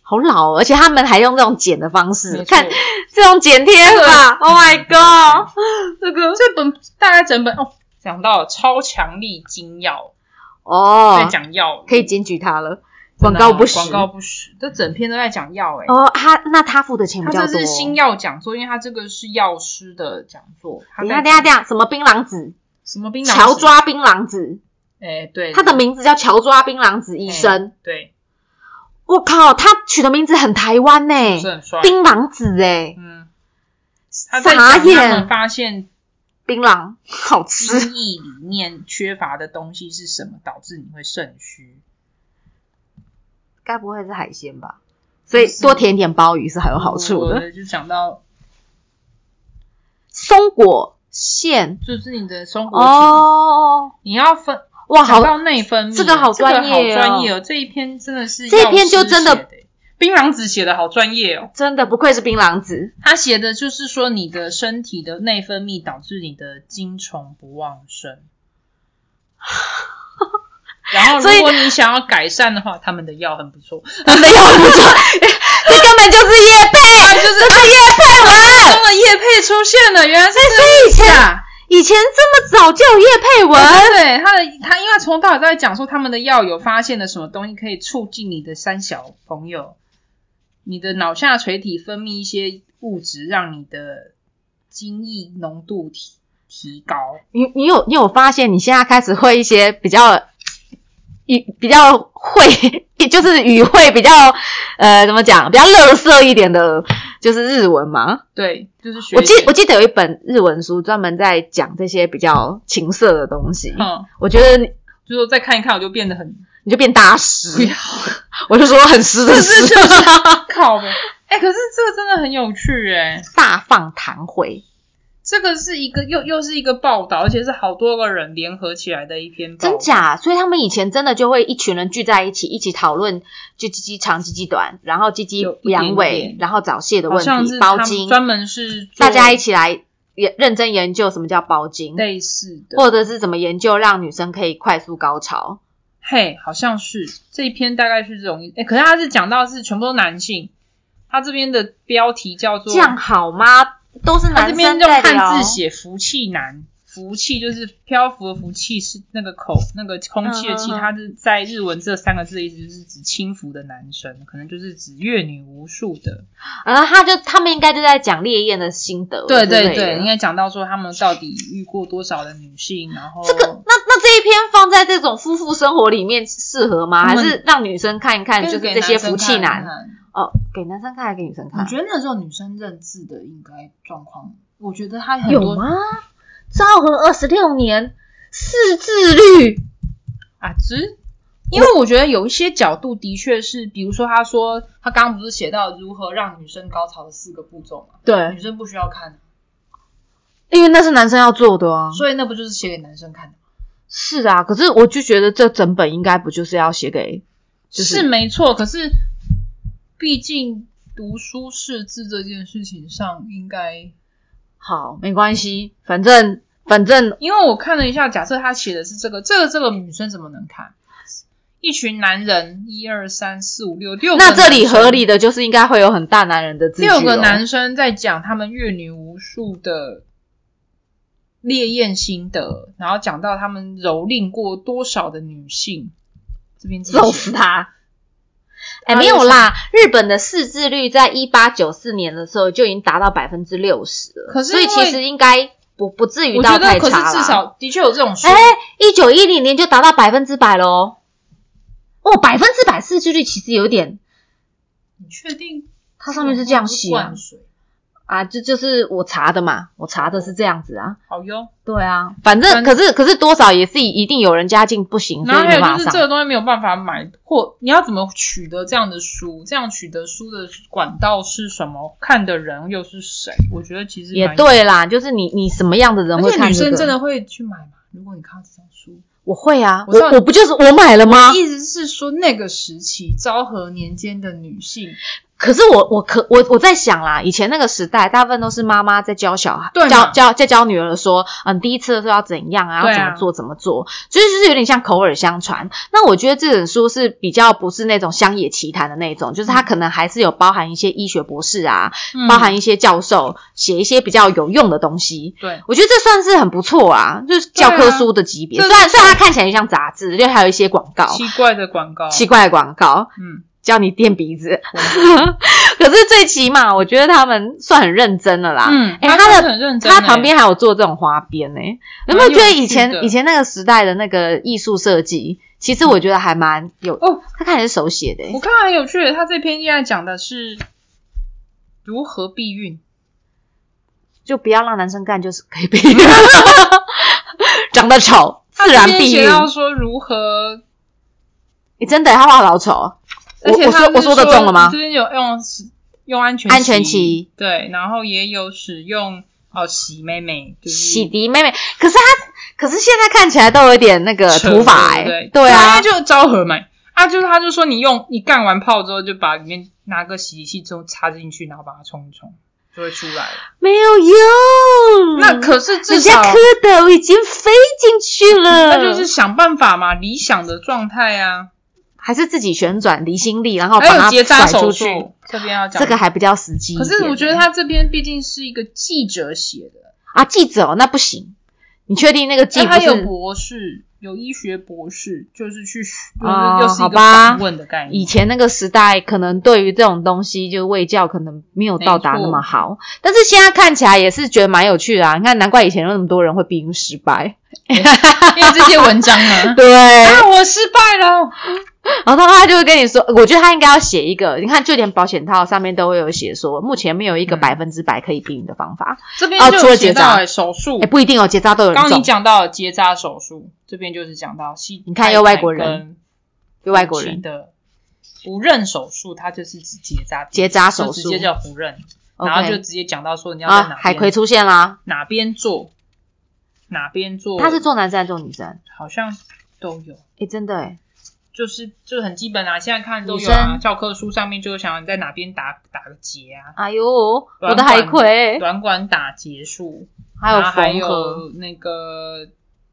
Speaker 1: 好老哦，而且他们还用这种剪的方式，
Speaker 2: 没
Speaker 1: 看
Speaker 2: 错
Speaker 1: 这种剪贴法，Oh my god，这个
Speaker 2: 这本大概整本哦，讲到超强力金药，在
Speaker 1: 哦，
Speaker 2: 讲药，
Speaker 1: 可以检举他了，广
Speaker 2: 真的
Speaker 1: 告
Speaker 2: 啊
Speaker 1: 不实，
Speaker 2: 广告不实，这整篇都在讲药哎。
Speaker 1: 哦，他那他付的钱
Speaker 2: 他
Speaker 1: 比较
Speaker 2: 这
Speaker 1: 多，
Speaker 2: 是新药讲座，因为他这个是药师的讲座。他
Speaker 1: 等一下
Speaker 2: 在
Speaker 1: 等一下等一下，什么槟榔子，
Speaker 2: 什么槟榔？
Speaker 1: 乔？抓槟榔子。
Speaker 2: 哎，对，
Speaker 1: 他的名字叫乔抓槟榔子医生。
Speaker 2: 对，
Speaker 1: 我靠，他取的名字很台湾呢、
Speaker 2: 不是很帅。
Speaker 1: 槟榔子哎、
Speaker 2: 嗯，他在
Speaker 1: 傻
Speaker 2: 讲
Speaker 1: 眼
Speaker 2: 他们发现
Speaker 1: 槟 榔好吃。
Speaker 2: 精液里面缺乏的东西是什么，导致你会肾虚。
Speaker 1: 该不会是海鲜吧？嗯所以
Speaker 2: 是
Speaker 1: 多舔一点鲍鱼是很有好处的。
Speaker 2: 我就讲到，
Speaker 1: 松果馅
Speaker 2: 就是你的松果体，
Speaker 1: 哦，
Speaker 2: 你要分
Speaker 1: 哇，好
Speaker 2: 讲，到内分泌，
Speaker 1: 这个好专业哦
Speaker 2: 这个好专业哦。这一篇真的是
Speaker 1: 这一篇就真的
Speaker 2: 药师写的槟榔子写的好专业哦。
Speaker 1: 真的不愧是槟榔 子。
Speaker 2: 他写的就是说你的身体的内分泌导致你的精虫不旺 盛，然后
Speaker 1: 所以
Speaker 2: 如果你想要改善的话，他们的药很不错。
Speaker 1: 他们的药不错， 这根本哎就是叶
Speaker 2: 啊，
Speaker 1: 配，
Speaker 2: 就是
Speaker 1: 这是叶配文。
Speaker 2: 中的叶配出现了，原来是
Speaker 1: 所以以
Speaker 2: 这个意思
Speaker 1: 前
Speaker 2: 啊。
Speaker 1: 以前这么早就有叶配文，
Speaker 2: 对他的他，因为他从头到尾都在讲说他们的药有发现了什么东西可以促进你的三小朋友，你的脑下垂体分泌一些物质，让你的精液浓度提提高。
Speaker 1: 你你有你有发现你现在开始会一些比较语比较会， 就是语汇比较呃怎么讲，比较乐色一点的，就是日文嘛。
Speaker 2: 对，就是学
Speaker 1: 我记
Speaker 2: 姐
Speaker 1: 我记得有一本日文书专门在讲这些比较情色的东西，
Speaker 2: 嗯，
Speaker 1: 我觉得你
Speaker 2: 就说再看一看，我就变得很
Speaker 1: 你就变大
Speaker 2: 不
Speaker 1: 师
Speaker 2: 要，
Speaker 1: 我就说很湿的湿，
Speaker 2: 是 是是靠呗。哎、可是这个真的很有趣哎、
Speaker 1: 大放弹回。
Speaker 2: 这个是一个又又是一个报道，而且是好多个人联合起来的一篇报道。
Speaker 1: 真假？所以他们以前真的就会一群人聚在一起，一起讨论就鸡鸡长、鸡鸡短，然后鸡鸡
Speaker 2: 有一点
Speaker 1: 阳痿
Speaker 2: 点，
Speaker 1: 然后早泄的
Speaker 2: 好
Speaker 1: 问
Speaker 2: 像是
Speaker 1: 题，
Speaker 2: 他
Speaker 1: 包
Speaker 2: 们
Speaker 1: 茎，
Speaker 2: 专门是做
Speaker 1: 大家一起来也认真研究什么叫包茎，
Speaker 2: 类似的，
Speaker 1: 或者是怎么研究让女生可以快速高潮。
Speaker 2: 嘿，好像是这一篇大概是这种意思。哎，可是他是讲到是全部都男性，他这边的标题叫做
Speaker 1: 这样好吗？都是
Speaker 2: 他
Speaker 1: 男
Speaker 2: 这边
Speaker 1: 生
Speaker 2: 用
Speaker 1: 在聊
Speaker 2: 汉字写“福气男”，福气就是漂浮的福气，是那个口那个空气的气，
Speaker 1: 嗯嗯嗯
Speaker 2: 它是在日文这三个字的意思就是指轻浮的男生，可能就是指阅女无数的。
Speaker 1: 然后他就他们应该就在讲烈焰的心得之类
Speaker 2: 对
Speaker 1: 的，
Speaker 2: 对对，应该讲到说他们到底遇过多少的女性，然后
Speaker 1: 这个那那这一篇放在这种夫妇生活里面适合吗？
Speaker 2: 他
Speaker 1: 还
Speaker 2: 们
Speaker 1: 是让女生看一看，就是
Speaker 2: 给
Speaker 1: 这些
Speaker 2: 生
Speaker 1: 福气
Speaker 2: 看啊
Speaker 1: 男
Speaker 2: 看
Speaker 1: 哦，给男生看还是给女生看？
Speaker 2: 我觉得那时候女生认字的应该状况，我觉得她很
Speaker 1: 有
Speaker 2: 多
Speaker 1: 吗？昭和二十六年识字率
Speaker 2: 啊，只因为我觉得有一些角度的确是，比如说她说她刚刚不是写到如何让女生高潮的四个步骤嘛，
Speaker 1: 对，
Speaker 2: 女生不需要看，
Speaker 1: 因为那是男生要做的啊。
Speaker 2: 所以那不就是写给男生看的吗？
Speaker 1: 是啊，可是我就觉得这整本应该不就是要写给，就是
Speaker 2: 是没错，可是毕竟读书识字这件事情上，应该
Speaker 1: 好，没关系，反正反正
Speaker 2: 因为我看了一下，假设他写的是这个，这个这个女生怎么能看？一群男人，一二三四五六六个
Speaker 1: 那
Speaker 2: 男生，
Speaker 1: 这里合理的就是应该会有很大男人的字、哦
Speaker 2: 六个男，生在讲他们阅女无数的烈焰心得，然后讲到他们蹂躏过多少的女性，这边自己写
Speaker 1: 揍死他！ 哎，
Speaker 2: 他
Speaker 1: 没有
Speaker 2: 就
Speaker 1: 啦，日本的识字率在一八九四年的时候就已经达到百分之六十了，
Speaker 2: 可是
Speaker 1: 所以
Speaker 2: 因
Speaker 1: 其
Speaker 2: 为
Speaker 1: 实应该不不至于
Speaker 2: 我
Speaker 1: 到
Speaker 2: 觉得，
Speaker 1: 太
Speaker 2: 可是
Speaker 1: 差啦。
Speaker 2: 至少的确有这种说
Speaker 1: 哎，一九一零年就达到百分之百喽。哦，百分之百识字率其实有点，
Speaker 2: 你确定？
Speaker 1: 它上面是这样写啊
Speaker 2: 灌水
Speaker 1: 啊，这就是我查的嘛，我查的是这样子啊。
Speaker 2: 好哟。
Speaker 1: 对啊，反正
Speaker 2: 反
Speaker 1: 可是可是多少也是一定有人家境不行，所
Speaker 2: 然
Speaker 1: 以
Speaker 2: 后还
Speaker 1: 没
Speaker 2: 有
Speaker 1: 办
Speaker 2: 就是
Speaker 1: 法
Speaker 2: 这个
Speaker 1: 上。
Speaker 2: 东西没有办法买，或你要怎么取得这样的书？这样取得书的管道是什么？看的人又是谁？我觉得其实
Speaker 1: 也
Speaker 2: 蛮，
Speaker 1: 对啦，就是你你什么样的人
Speaker 2: 而
Speaker 1: 会
Speaker 2: 且
Speaker 1: 看
Speaker 2: 女
Speaker 1: 这
Speaker 2: 生
Speaker 1: 个？
Speaker 2: 真的会去买吗？如果你看到这种书，
Speaker 1: 我会啊，
Speaker 2: 我知道
Speaker 1: 我我不就是我买了吗？
Speaker 2: 意思是说那个时期昭和年间的女性，
Speaker 1: 可是我我可我我在想啦，以前那个时代，大部分都是妈妈在教小孩
Speaker 2: 对，嘛
Speaker 1: 教教在教女儿说，嗯，第一次的时候要怎样啊，
Speaker 2: 对
Speaker 1: 要
Speaker 2: 啊
Speaker 1: 怎么做怎么做，所以就是有点像口耳相传。那我觉得这本书是比较不是那种乡野奇谈的那种，就是它可能还是有包含一些医学博士啊，
Speaker 2: 嗯
Speaker 1: 包含一些教授写一些比较有用的东西。
Speaker 2: 对，
Speaker 1: 我觉得这算是很不错啊，就是教科书的级别。
Speaker 2: 对啊
Speaker 1: 虽然虽然它看起来像杂志，就还有一些广告，
Speaker 2: 奇怪的广告，
Speaker 1: 奇怪的广告，
Speaker 2: 嗯，
Speaker 1: 叫你垫鼻子。
Speaker 2: 我们
Speaker 1: 可是最起码，我觉得他们算很认真了啦。
Speaker 2: 嗯，
Speaker 1: 哎、他
Speaker 2: 她真
Speaker 1: 的
Speaker 2: 的很认真欸，
Speaker 1: 他旁边还有做这种花边呢、欸有没有
Speaker 2: 蛮有
Speaker 1: 觉得以
Speaker 2: 趣的
Speaker 1: 前以前那个时代的那个艺术设计，其实我觉得还蛮有，
Speaker 2: 哦，
Speaker 1: 他看起来是手写的、欸。
Speaker 2: 我看很有趣的，他这篇现在讲的是如何避孕。
Speaker 1: 就不要让男生干，就是可以避孕。 长得丑，
Speaker 2: 他
Speaker 1: 自然
Speaker 2: 这边
Speaker 1: 避
Speaker 2: 写
Speaker 1: 孕。
Speaker 2: 到说如何，
Speaker 1: 你、真的，他画得好丑。
Speaker 2: 而
Speaker 1: 我
Speaker 2: 且
Speaker 1: 我
Speaker 2: 他
Speaker 1: 说我
Speaker 2: 是说
Speaker 1: 的中了吗
Speaker 2: 这？边有用用安全
Speaker 1: 安全期，
Speaker 2: 对，然后也有使用哦洗妹妹，就是
Speaker 1: 洗涤妹妹，可是他，可是现在看起来都有点那个
Speaker 2: 扯
Speaker 1: 土法哎、
Speaker 2: 对不对
Speaker 1: 对啊，
Speaker 2: 他就昭和嘛。啊，就是他就说你用你干完泡之后，就把里面拿个洗涤器之后插进去，然后把它冲一冲，就会出来了。
Speaker 1: 没有用。
Speaker 2: 那可是至
Speaker 1: 人家
Speaker 2: 少
Speaker 1: 蝌蚪已经飞进去了，
Speaker 2: 他就是想办法嘛，理想的状态啊，
Speaker 1: 还是自己旋转离心力，然哦后把
Speaker 2: 还有
Speaker 1: 它
Speaker 2: 结扎
Speaker 1: 甩
Speaker 2: 手
Speaker 1: 出去，
Speaker 2: 术这边要讲
Speaker 1: 这个还比较实际一
Speaker 2: 可
Speaker 1: 点。
Speaker 2: 是我觉得他这边毕竟是一个记者写的，
Speaker 1: 啊，记者哦那不行，你确定那个记
Speaker 2: 哎
Speaker 1: 不
Speaker 2: 他
Speaker 1: 是
Speaker 2: 有博士，有医学博士，就是去
Speaker 1: 哦
Speaker 2: 就是又是一
Speaker 1: 好
Speaker 2: 个
Speaker 1: 吧
Speaker 2: 访问的概念。
Speaker 1: 以前那个时代，可能对于这种东西，就卫教可能没有到达那么好，但是现在看起来也是觉得蛮有趣的啊。你看，难怪以前有那么多人会避孕失败，
Speaker 2: 因为这些文章 呢，
Speaker 1: 对，
Speaker 2: 啊，我失败了，
Speaker 1: 然后他就会跟你说，我觉得他应该要写一个，你看，就连保险套上面都会有写说，目前没有一个
Speaker 2: 嗯
Speaker 1: 百分之百可以避孕的方法，
Speaker 2: 这边
Speaker 1: 哦
Speaker 2: 就
Speaker 1: 除了
Speaker 2: 有
Speaker 1: 结
Speaker 2: 提
Speaker 1: 扎
Speaker 2: 到、欸、手术
Speaker 1: 哎、。不一定哦，结扎都有人
Speaker 2: 刚刚
Speaker 1: 中
Speaker 2: 你，讲到了结扎手术，这边就是讲到西，
Speaker 1: 你看又外国人，有外国人
Speaker 2: 的不认手术，它就是指结扎，
Speaker 1: 结扎手
Speaker 2: 就直
Speaker 1: 术
Speaker 2: 接叫不认。然后就
Speaker 1: OK，
Speaker 2: 直接讲到说你要在
Speaker 1: 啊，
Speaker 2: 哪
Speaker 1: 海葵
Speaker 2: 边、
Speaker 1: 出现啦，
Speaker 2: 哪边做，哪边做，
Speaker 1: 他是做男生还是做女生？
Speaker 2: 好像都有，
Speaker 1: 诶，真的哎诶，
Speaker 2: 就是就很基本啊，现在看都
Speaker 1: 女
Speaker 2: 有啊，
Speaker 1: 生
Speaker 2: 教科书上面就想你在哪边打打个结啊，
Speaker 1: 哎呦，我
Speaker 2: 短
Speaker 1: 的
Speaker 2: 短
Speaker 1: 海葵，
Speaker 2: 短管打结束，
Speaker 1: 还有
Speaker 2: 然后啊还
Speaker 1: 缝合，
Speaker 2: 有那个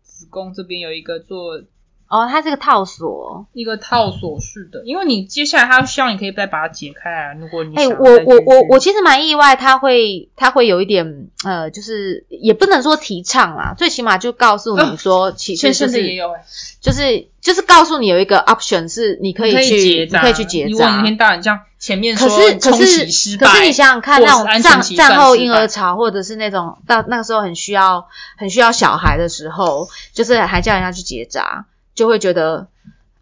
Speaker 2: 子宫这边有一个做
Speaker 1: 哦，它是个套索。
Speaker 2: 一个套索式的，因为你接下来它需要你可以再把它解开啊。如果你
Speaker 1: 哎、
Speaker 2: 想要
Speaker 1: 我
Speaker 2: 再
Speaker 1: 我
Speaker 2: 继
Speaker 1: 我
Speaker 2: 续
Speaker 1: 我其实蛮意外，他会他会有一点呃，就是也不能说提倡啦，最起码就告诉你
Speaker 2: 啊
Speaker 1: 说，其实
Speaker 2: 现
Speaker 1: 就
Speaker 2: 现在也
Speaker 1: 是
Speaker 2: 有哎、
Speaker 1: 就是就是告诉你有一个 option 是你可以
Speaker 2: 你可以
Speaker 1: 去
Speaker 2: 结
Speaker 1: 你
Speaker 2: 扎，
Speaker 1: 可以去结
Speaker 2: 如果你一
Speaker 1: 扎
Speaker 2: 天。到晚这样前面
Speaker 1: 可
Speaker 2: 说
Speaker 1: 是可
Speaker 2: 冲洗
Speaker 1: 是
Speaker 2: 失
Speaker 1: 可
Speaker 2: 败，
Speaker 1: 是你想想看，
Speaker 2: 或
Speaker 1: 那
Speaker 2: 是
Speaker 1: 种
Speaker 2: 安
Speaker 1: 战
Speaker 2: 全期
Speaker 1: 战
Speaker 2: 算
Speaker 1: 后
Speaker 2: 失
Speaker 1: 婴儿
Speaker 2: 败
Speaker 1: 潮，或者是那种到那个时候很需要很需要小孩的时候，就是还叫人家去结扎，就会觉得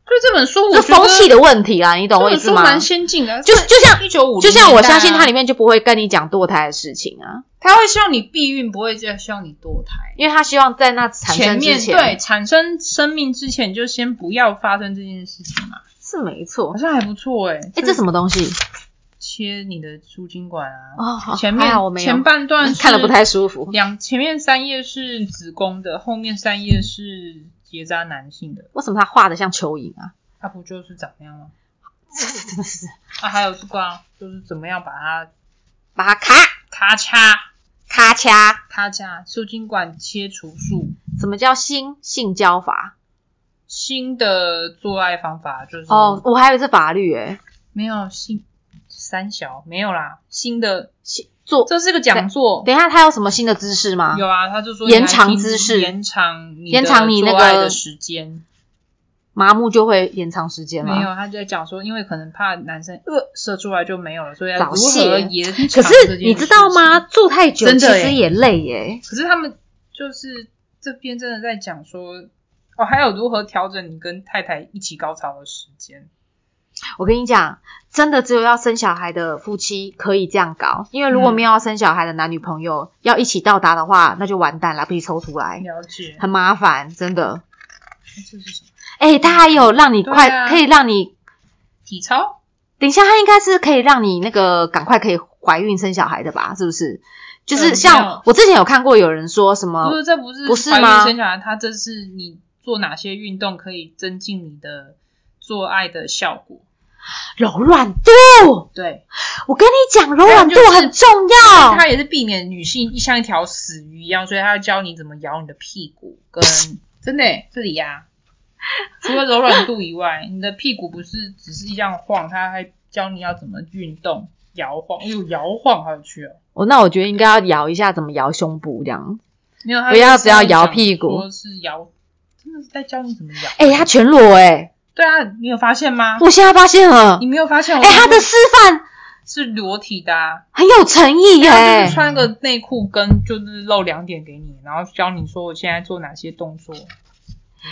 Speaker 2: 对这本书我
Speaker 1: 这
Speaker 2: 觉得
Speaker 1: 风气的问题啊，你懂我
Speaker 2: 这
Speaker 1: 意
Speaker 2: 本
Speaker 1: 思
Speaker 2: 书
Speaker 1: 吗
Speaker 2: 蛮？先进的，啊
Speaker 1: 就就像
Speaker 2: 一九五，
Speaker 1: 就像我相信它里面就不会跟你讲堕胎的事情啊。
Speaker 2: 他会希望你避孕，不会再希望你堕胎。
Speaker 1: 因为他希望在那产
Speaker 2: 前
Speaker 1: 生之
Speaker 2: 面
Speaker 1: 前，
Speaker 2: 对产生生命之前，就先不要发生这件事情嘛，
Speaker 1: 是没错
Speaker 2: 好。像还不错哎、欸。
Speaker 1: 哎，这什么东西？
Speaker 2: 切你的输精管啊？
Speaker 1: 哦，
Speaker 2: 前
Speaker 1: 还
Speaker 2: 面
Speaker 1: 好我没有
Speaker 2: 前半段是
Speaker 1: 看的不太舒服。
Speaker 2: 两前面三页是子宫的，后面三页是结扎男性的，
Speaker 1: 为什么他画的像蚯蚓啊？
Speaker 2: 它不就是长那样吗？
Speaker 1: 真的是
Speaker 2: 啊，还有这个啊，就是怎么样把它
Speaker 1: 把它咔
Speaker 2: 咔嚓
Speaker 1: 咔嚓。
Speaker 2: 咔嚓输精管切除术，
Speaker 1: 什么叫新性交法？
Speaker 2: 新的做爱方法就是
Speaker 1: 哦，我还以为是法律诶。
Speaker 2: 没有新三小没有啦，新的
Speaker 1: 新做
Speaker 2: 这是个讲座，
Speaker 1: 等一下，他有什么新的姿势吗？
Speaker 2: 有啊，他就说
Speaker 1: 延
Speaker 2: 你来
Speaker 1: 长
Speaker 2: 听
Speaker 1: 姿势
Speaker 2: 延长你的
Speaker 1: 延长你那个
Speaker 2: 做爱的时间。
Speaker 1: 麻木就会延长时间
Speaker 2: 没
Speaker 1: 吗？
Speaker 2: 有，他就在讲说，因为可能怕男生呃射出来就没有了，所以要
Speaker 1: 早
Speaker 2: 如何
Speaker 1: 泄
Speaker 2: 延
Speaker 1: 可
Speaker 2: 长这
Speaker 1: 是
Speaker 2: 件
Speaker 1: 你知道吗？
Speaker 2: 事情？
Speaker 1: 坐太久
Speaker 2: 真
Speaker 1: 其
Speaker 2: 的
Speaker 1: 实
Speaker 2: 耶
Speaker 1: 也累耶。
Speaker 2: 可是他们就是这边真的在讲说，哦，还有如何调整你跟太太一起高潮的时间。
Speaker 1: 我跟你讲，真的只有要生小孩的夫妻可以这样搞，因为如果
Speaker 2: 嗯
Speaker 1: 没有要生小孩的男女朋友、要一起到达的话，那就完蛋了，必须抽出来，
Speaker 2: 了解，
Speaker 1: 很麻烦，真的。
Speaker 2: 这是什么？
Speaker 1: 哎，他还有让你快，
Speaker 2: 嗯对啊
Speaker 1: 可以让你，
Speaker 2: 体操？
Speaker 1: 等一下，他应该是可以让你那个赶快可以怀孕生小孩的吧？是不是？就是
Speaker 2: 嗯没
Speaker 1: 像
Speaker 2: 有
Speaker 1: 我之前有看过有人说什么
Speaker 2: 不是，这不是
Speaker 1: 不是
Speaker 2: 怀孕
Speaker 1: 吗
Speaker 2: 生小孩，它这是你做哪些运动可以增进你的做爱的效果。
Speaker 1: 柔软度，
Speaker 2: 对，
Speaker 1: 我跟你讲，柔软度
Speaker 2: 还有就是
Speaker 1: 很重
Speaker 2: 但
Speaker 1: 要
Speaker 2: 是。它也是避免女性像一条死鱼一样，所以它要教你怎么咬你的屁股跟 真的耶这里呀、除了柔软度以外，你的屁股不是只是这样晃，它还教你要怎么运动摇晃，哎呦摇晃好有趣哦。
Speaker 1: 哦，那我觉得应该要摇一下，怎么摇胸部这样。
Speaker 2: 没有，它
Speaker 1: 不要
Speaker 2: 就是
Speaker 1: 不要摇
Speaker 2: 讲
Speaker 1: 屁股
Speaker 2: 说是摇，真的是在教你怎么摇。哦
Speaker 1: 哎，他全裸哎，
Speaker 2: 对啊，你有发现吗？
Speaker 1: 我现在发现了
Speaker 2: 你。没有发现？
Speaker 1: 哎、他的示范
Speaker 2: 是裸体的、啊，
Speaker 1: 很有诚意耶、
Speaker 2: 他啊就是穿个内裤跟就是露两点给你，然后教你说我现在做哪些动作，怎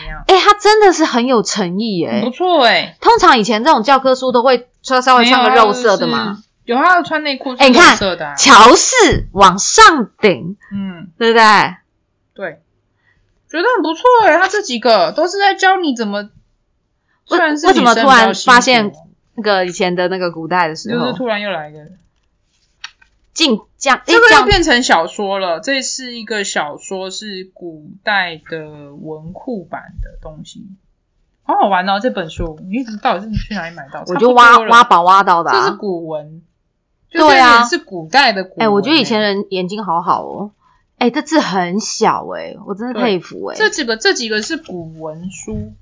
Speaker 2: 么样？
Speaker 1: 哎、他真的是很有诚意耶、
Speaker 2: 很不错哎、
Speaker 1: 通常以前这种教科书都会穿稍微穿个肉色的嘛，
Speaker 2: 没有？就是有啊，穿内裤
Speaker 1: 哎
Speaker 2: 是
Speaker 1: 你
Speaker 2: 肉
Speaker 1: 看
Speaker 2: 色的、啊
Speaker 1: 乔氏往上顶，
Speaker 2: 嗯，
Speaker 1: 对不对？
Speaker 2: 对，觉得很不错哎、他这几个都是在教你怎么。
Speaker 1: 为
Speaker 2: 虽然是
Speaker 1: 为什么
Speaker 2: 女生
Speaker 1: 突然
Speaker 2: 比较辛苦
Speaker 1: 发现哦那个以前的那个古代的时
Speaker 2: 就是
Speaker 1: 候，
Speaker 2: 突然又来一个，
Speaker 1: 晋江哎
Speaker 2: 这个又
Speaker 1: 江
Speaker 2: 变成小说了。这是一个小说，是古代的文库版的东西，好好玩哦！这本书，你到底是去哪里买到？
Speaker 1: 我
Speaker 2: 差
Speaker 1: 就
Speaker 2: 不
Speaker 1: 挖
Speaker 2: 多了
Speaker 1: 挖宝挖到的、
Speaker 2: 这是
Speaker 1: 啊。
Speaker 2: 古文，
Speaker 1: 对啊
Speaker 2: 就是有点是古代的古文、
Speaker 1: 哎、我觉得以前人眼睛好好哦。哎、这字很小哎、我真的
Speaker 2: 对
Speaker 1: 佩服哎、
Speaker 2: 这几个这几个是古文书，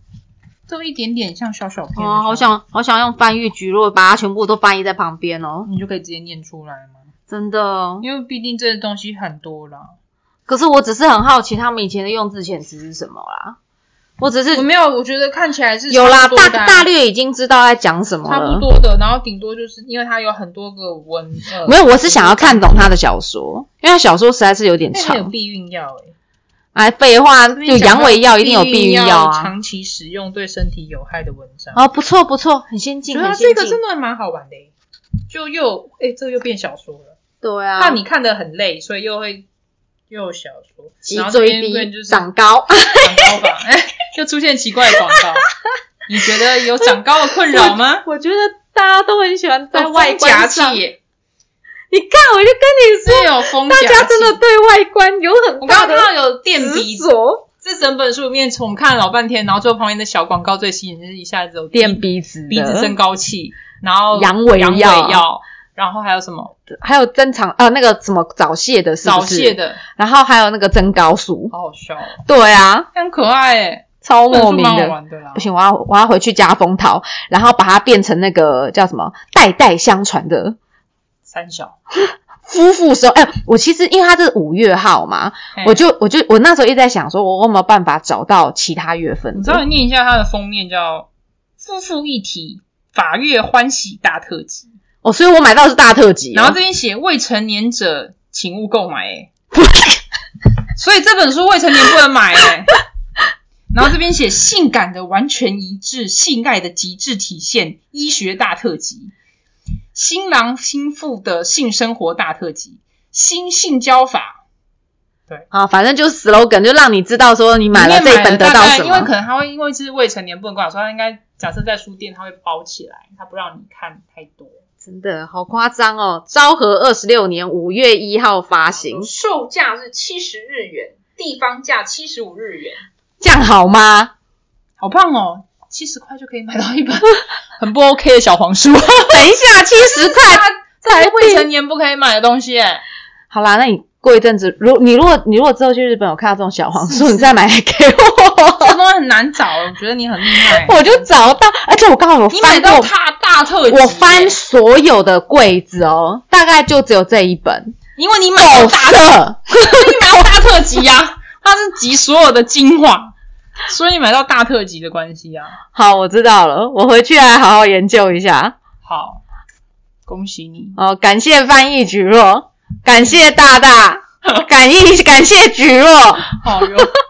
Speaker 2: 都一点点像小小篇的
Speaker 1: 哦，好
Speaker 2: 小
Speaker 1: 想好想用翻译局，如果把它全部都翻译在旁边哦，
Speaker 2: 你就可以直接念出来嘛，
Speaker 1: 真的哦。
Speaker 2: 因为毕竟这东西很多啦。
Speaker 1: 可是我只是很好奇他们以前的用字遣词是什么啦。我只
Speaker 2: 我
Speaker 1: 是
Speaker 2: 没有，我觉得看起来是
Speaker 1: 有啦，
Speaker 2: 差不多的
Speaker 1: 大
Speaker 2: 啊
Speaker 1: 大略已经知道在讲什么
Speaker 2: 差
Speaker 1: 了。
Speaker 2: 不多的，然后顶多就是因为它有很多个文，呃、
Speaker 1: 没有，我是想要看懂他的小说，因为他小说实在是有点
Speaker 2: 那个有
Speaker 1: 长。
Speaker 2: 避孕药哎、
Speaker 1: 哎，废话，
Speaker 2: 这
Speaker 1: 就
Speaker 2: 边讲
Speaker 1: 阳
Speaker 2: 到
Speaker 1: 痿药一定有避孕
Speaker 2: 药
Speaker 1: 药啊。
Speaker 2: 长期使用对身体有害的文章。
Speaker 1: 哦，不错不错，很先进，
Speaker 2: 觉得
Speaker 1: 很
Speaker 2: 它
Speaker 1: 先
Speaker 2: 这
Speaker 1: 进。
Speaker 2: 个真的蛮好玩的、欸，就又哎、这个又变小说了。
Speaker 1: 对啊，
Speaker 2: 怕你看得很累，所以又会又有小说，
Speaker 1: 脊
Speaker 2: 然后这
Speaker 1: 椎
Speaker 2: 边变
Speaker 1: 低
Speaker 2: 就是
Speaker 1: 长 高，
Speaker 2: 长高吧，哎，又出现奇怪的广告。你觉得有长高的困扰吗？
Speaker 1: 我觉得大家都很喜欢
Speaker 2: 在
Speaker 1: 在外
Speaker 2: 夹
Speaker 1: 观上，
Speaker 2: 气耶，
Speaker 1: 你看，我就跟你
Speaker 2: 是
Speaker 1: 说，
Speaker 2: 有封夹
Speaker 1: 大
Speaker 2: 器。
Speaker 1: 家真的对外观有很
Speaker 2: 我刚
Speaker 1: 大
Speaker 2: 刚
Speaker 1: 的
Speaker 2: 看到有电
Speaker 1: 执
Speaker 2: 笔，
Speaker 1: 着，
Speaker 2: 这整本书里面我们看了老半天，然后最后旁边的小广告最吸引就是一下子有
Speaker 1: 垫鼻子的、
Speaker 2: 鼻子升高器，然后
Speaker 1: 阳痿药
Speaker 2: 阳痿药，然后还有什么
Speaker 1: 还有增长呃那个什么早泄的是
Speaker 2: 早
Speaker 1: 不是，
Speaker 2: 泄，的，
Speaker 1: 然后还有那个增高素，
Speaker 2: 好好笑哦，
Speaker 1: 对啊，
Speaker 2: 很可爱哎，
Speaker 1: 超
Speaker 2: 这本
Speaker 1: 莫
Speaker 2: 书
Speaker 1: 名
Speaker 2: 蛮好
Speaker 1: 的。
Speaker 2: 玩的啦
Speaker 1: 不。行，我要我要回去加封桃，然后把它变成那个叫什么代代相传的
Speaker 2: 三小，
Speaker 1: 夫妇收。哎、我其实因为它是五月号嘛，
Speaker 2: 嘿
Speaker 1: 我就我就我那时候一直在想说，我有没有办法找到其他月份的？
Speaker 2: 我稍微念一下它的封面，叫“夫妇一体法月欢喜大特辑
Speaker 1: 哦，所以我买到的是大特辑”，哦、
Speaker 2: 然后这边写“未成年者请勿购买” 哎，所以这本书未成年不能买哎。然后这边写“性感的完全一致，性爱的极致体现，医学大特辑”，新郎新妇的性生活大特辑，新性交法。
Speaker 1: 啊，反正就是 slogan，就让你知道说你买了这一本得到什
Speaker 2: 因为可
Speaker 1: 么。
Speaker 2: 能他会因为是未成年不能购买，所以他应该假设在书店他会包起来，他不让你看太多。
Speaker 1: 真的好夸张哦！昭和二十六年五月一号发行，
Speaker 2: 售价是七十日元，地方价七十五日元，
Speaker 1: 这样好吗？
Speaker 2: 好棒哦！七十块就可以买到 一本很不 OK 的小黄书，
Speaker 1: 等一下，七十 块。
Speaker 2: 它这是未成年不可以买的东西哎耶。
Speaker 1: 好啦，那你过一阵子，如你如果你如果之后去日本，有看到这种小黄书，你再买来给
Speaker 2: 这
Speaker 1: 我，
Speaker 2: 个东西很难找，我觉得你很厉害。
Speaker 1: 我就找到。而且我刚好有
Speaker 2: 你买
Speaker 1: 翻
Speaker 2: 到
Speaker 1: 过，
Speaker 2: 大大特辑耶，
Speaker 1: 我翻所有的柜子哦，大概就只有这一本。
Speaker 2: 因为你买到
Speaker 1: 狗
Speaker 2: 大
Speaker 1: 色，
Speaker 2: 你买到大特辑呀、它是集所有的精华，所以你买到大特辑的关系啊。
Speaker 1: 好，我知道了，我回去来好好研究一下。
Speaker 2: 好，恭喜你，
Speaker 1: 哦，感谢翻译菊若，感谢大大，感谢感谢菊若。
Speaker 2: 好哟。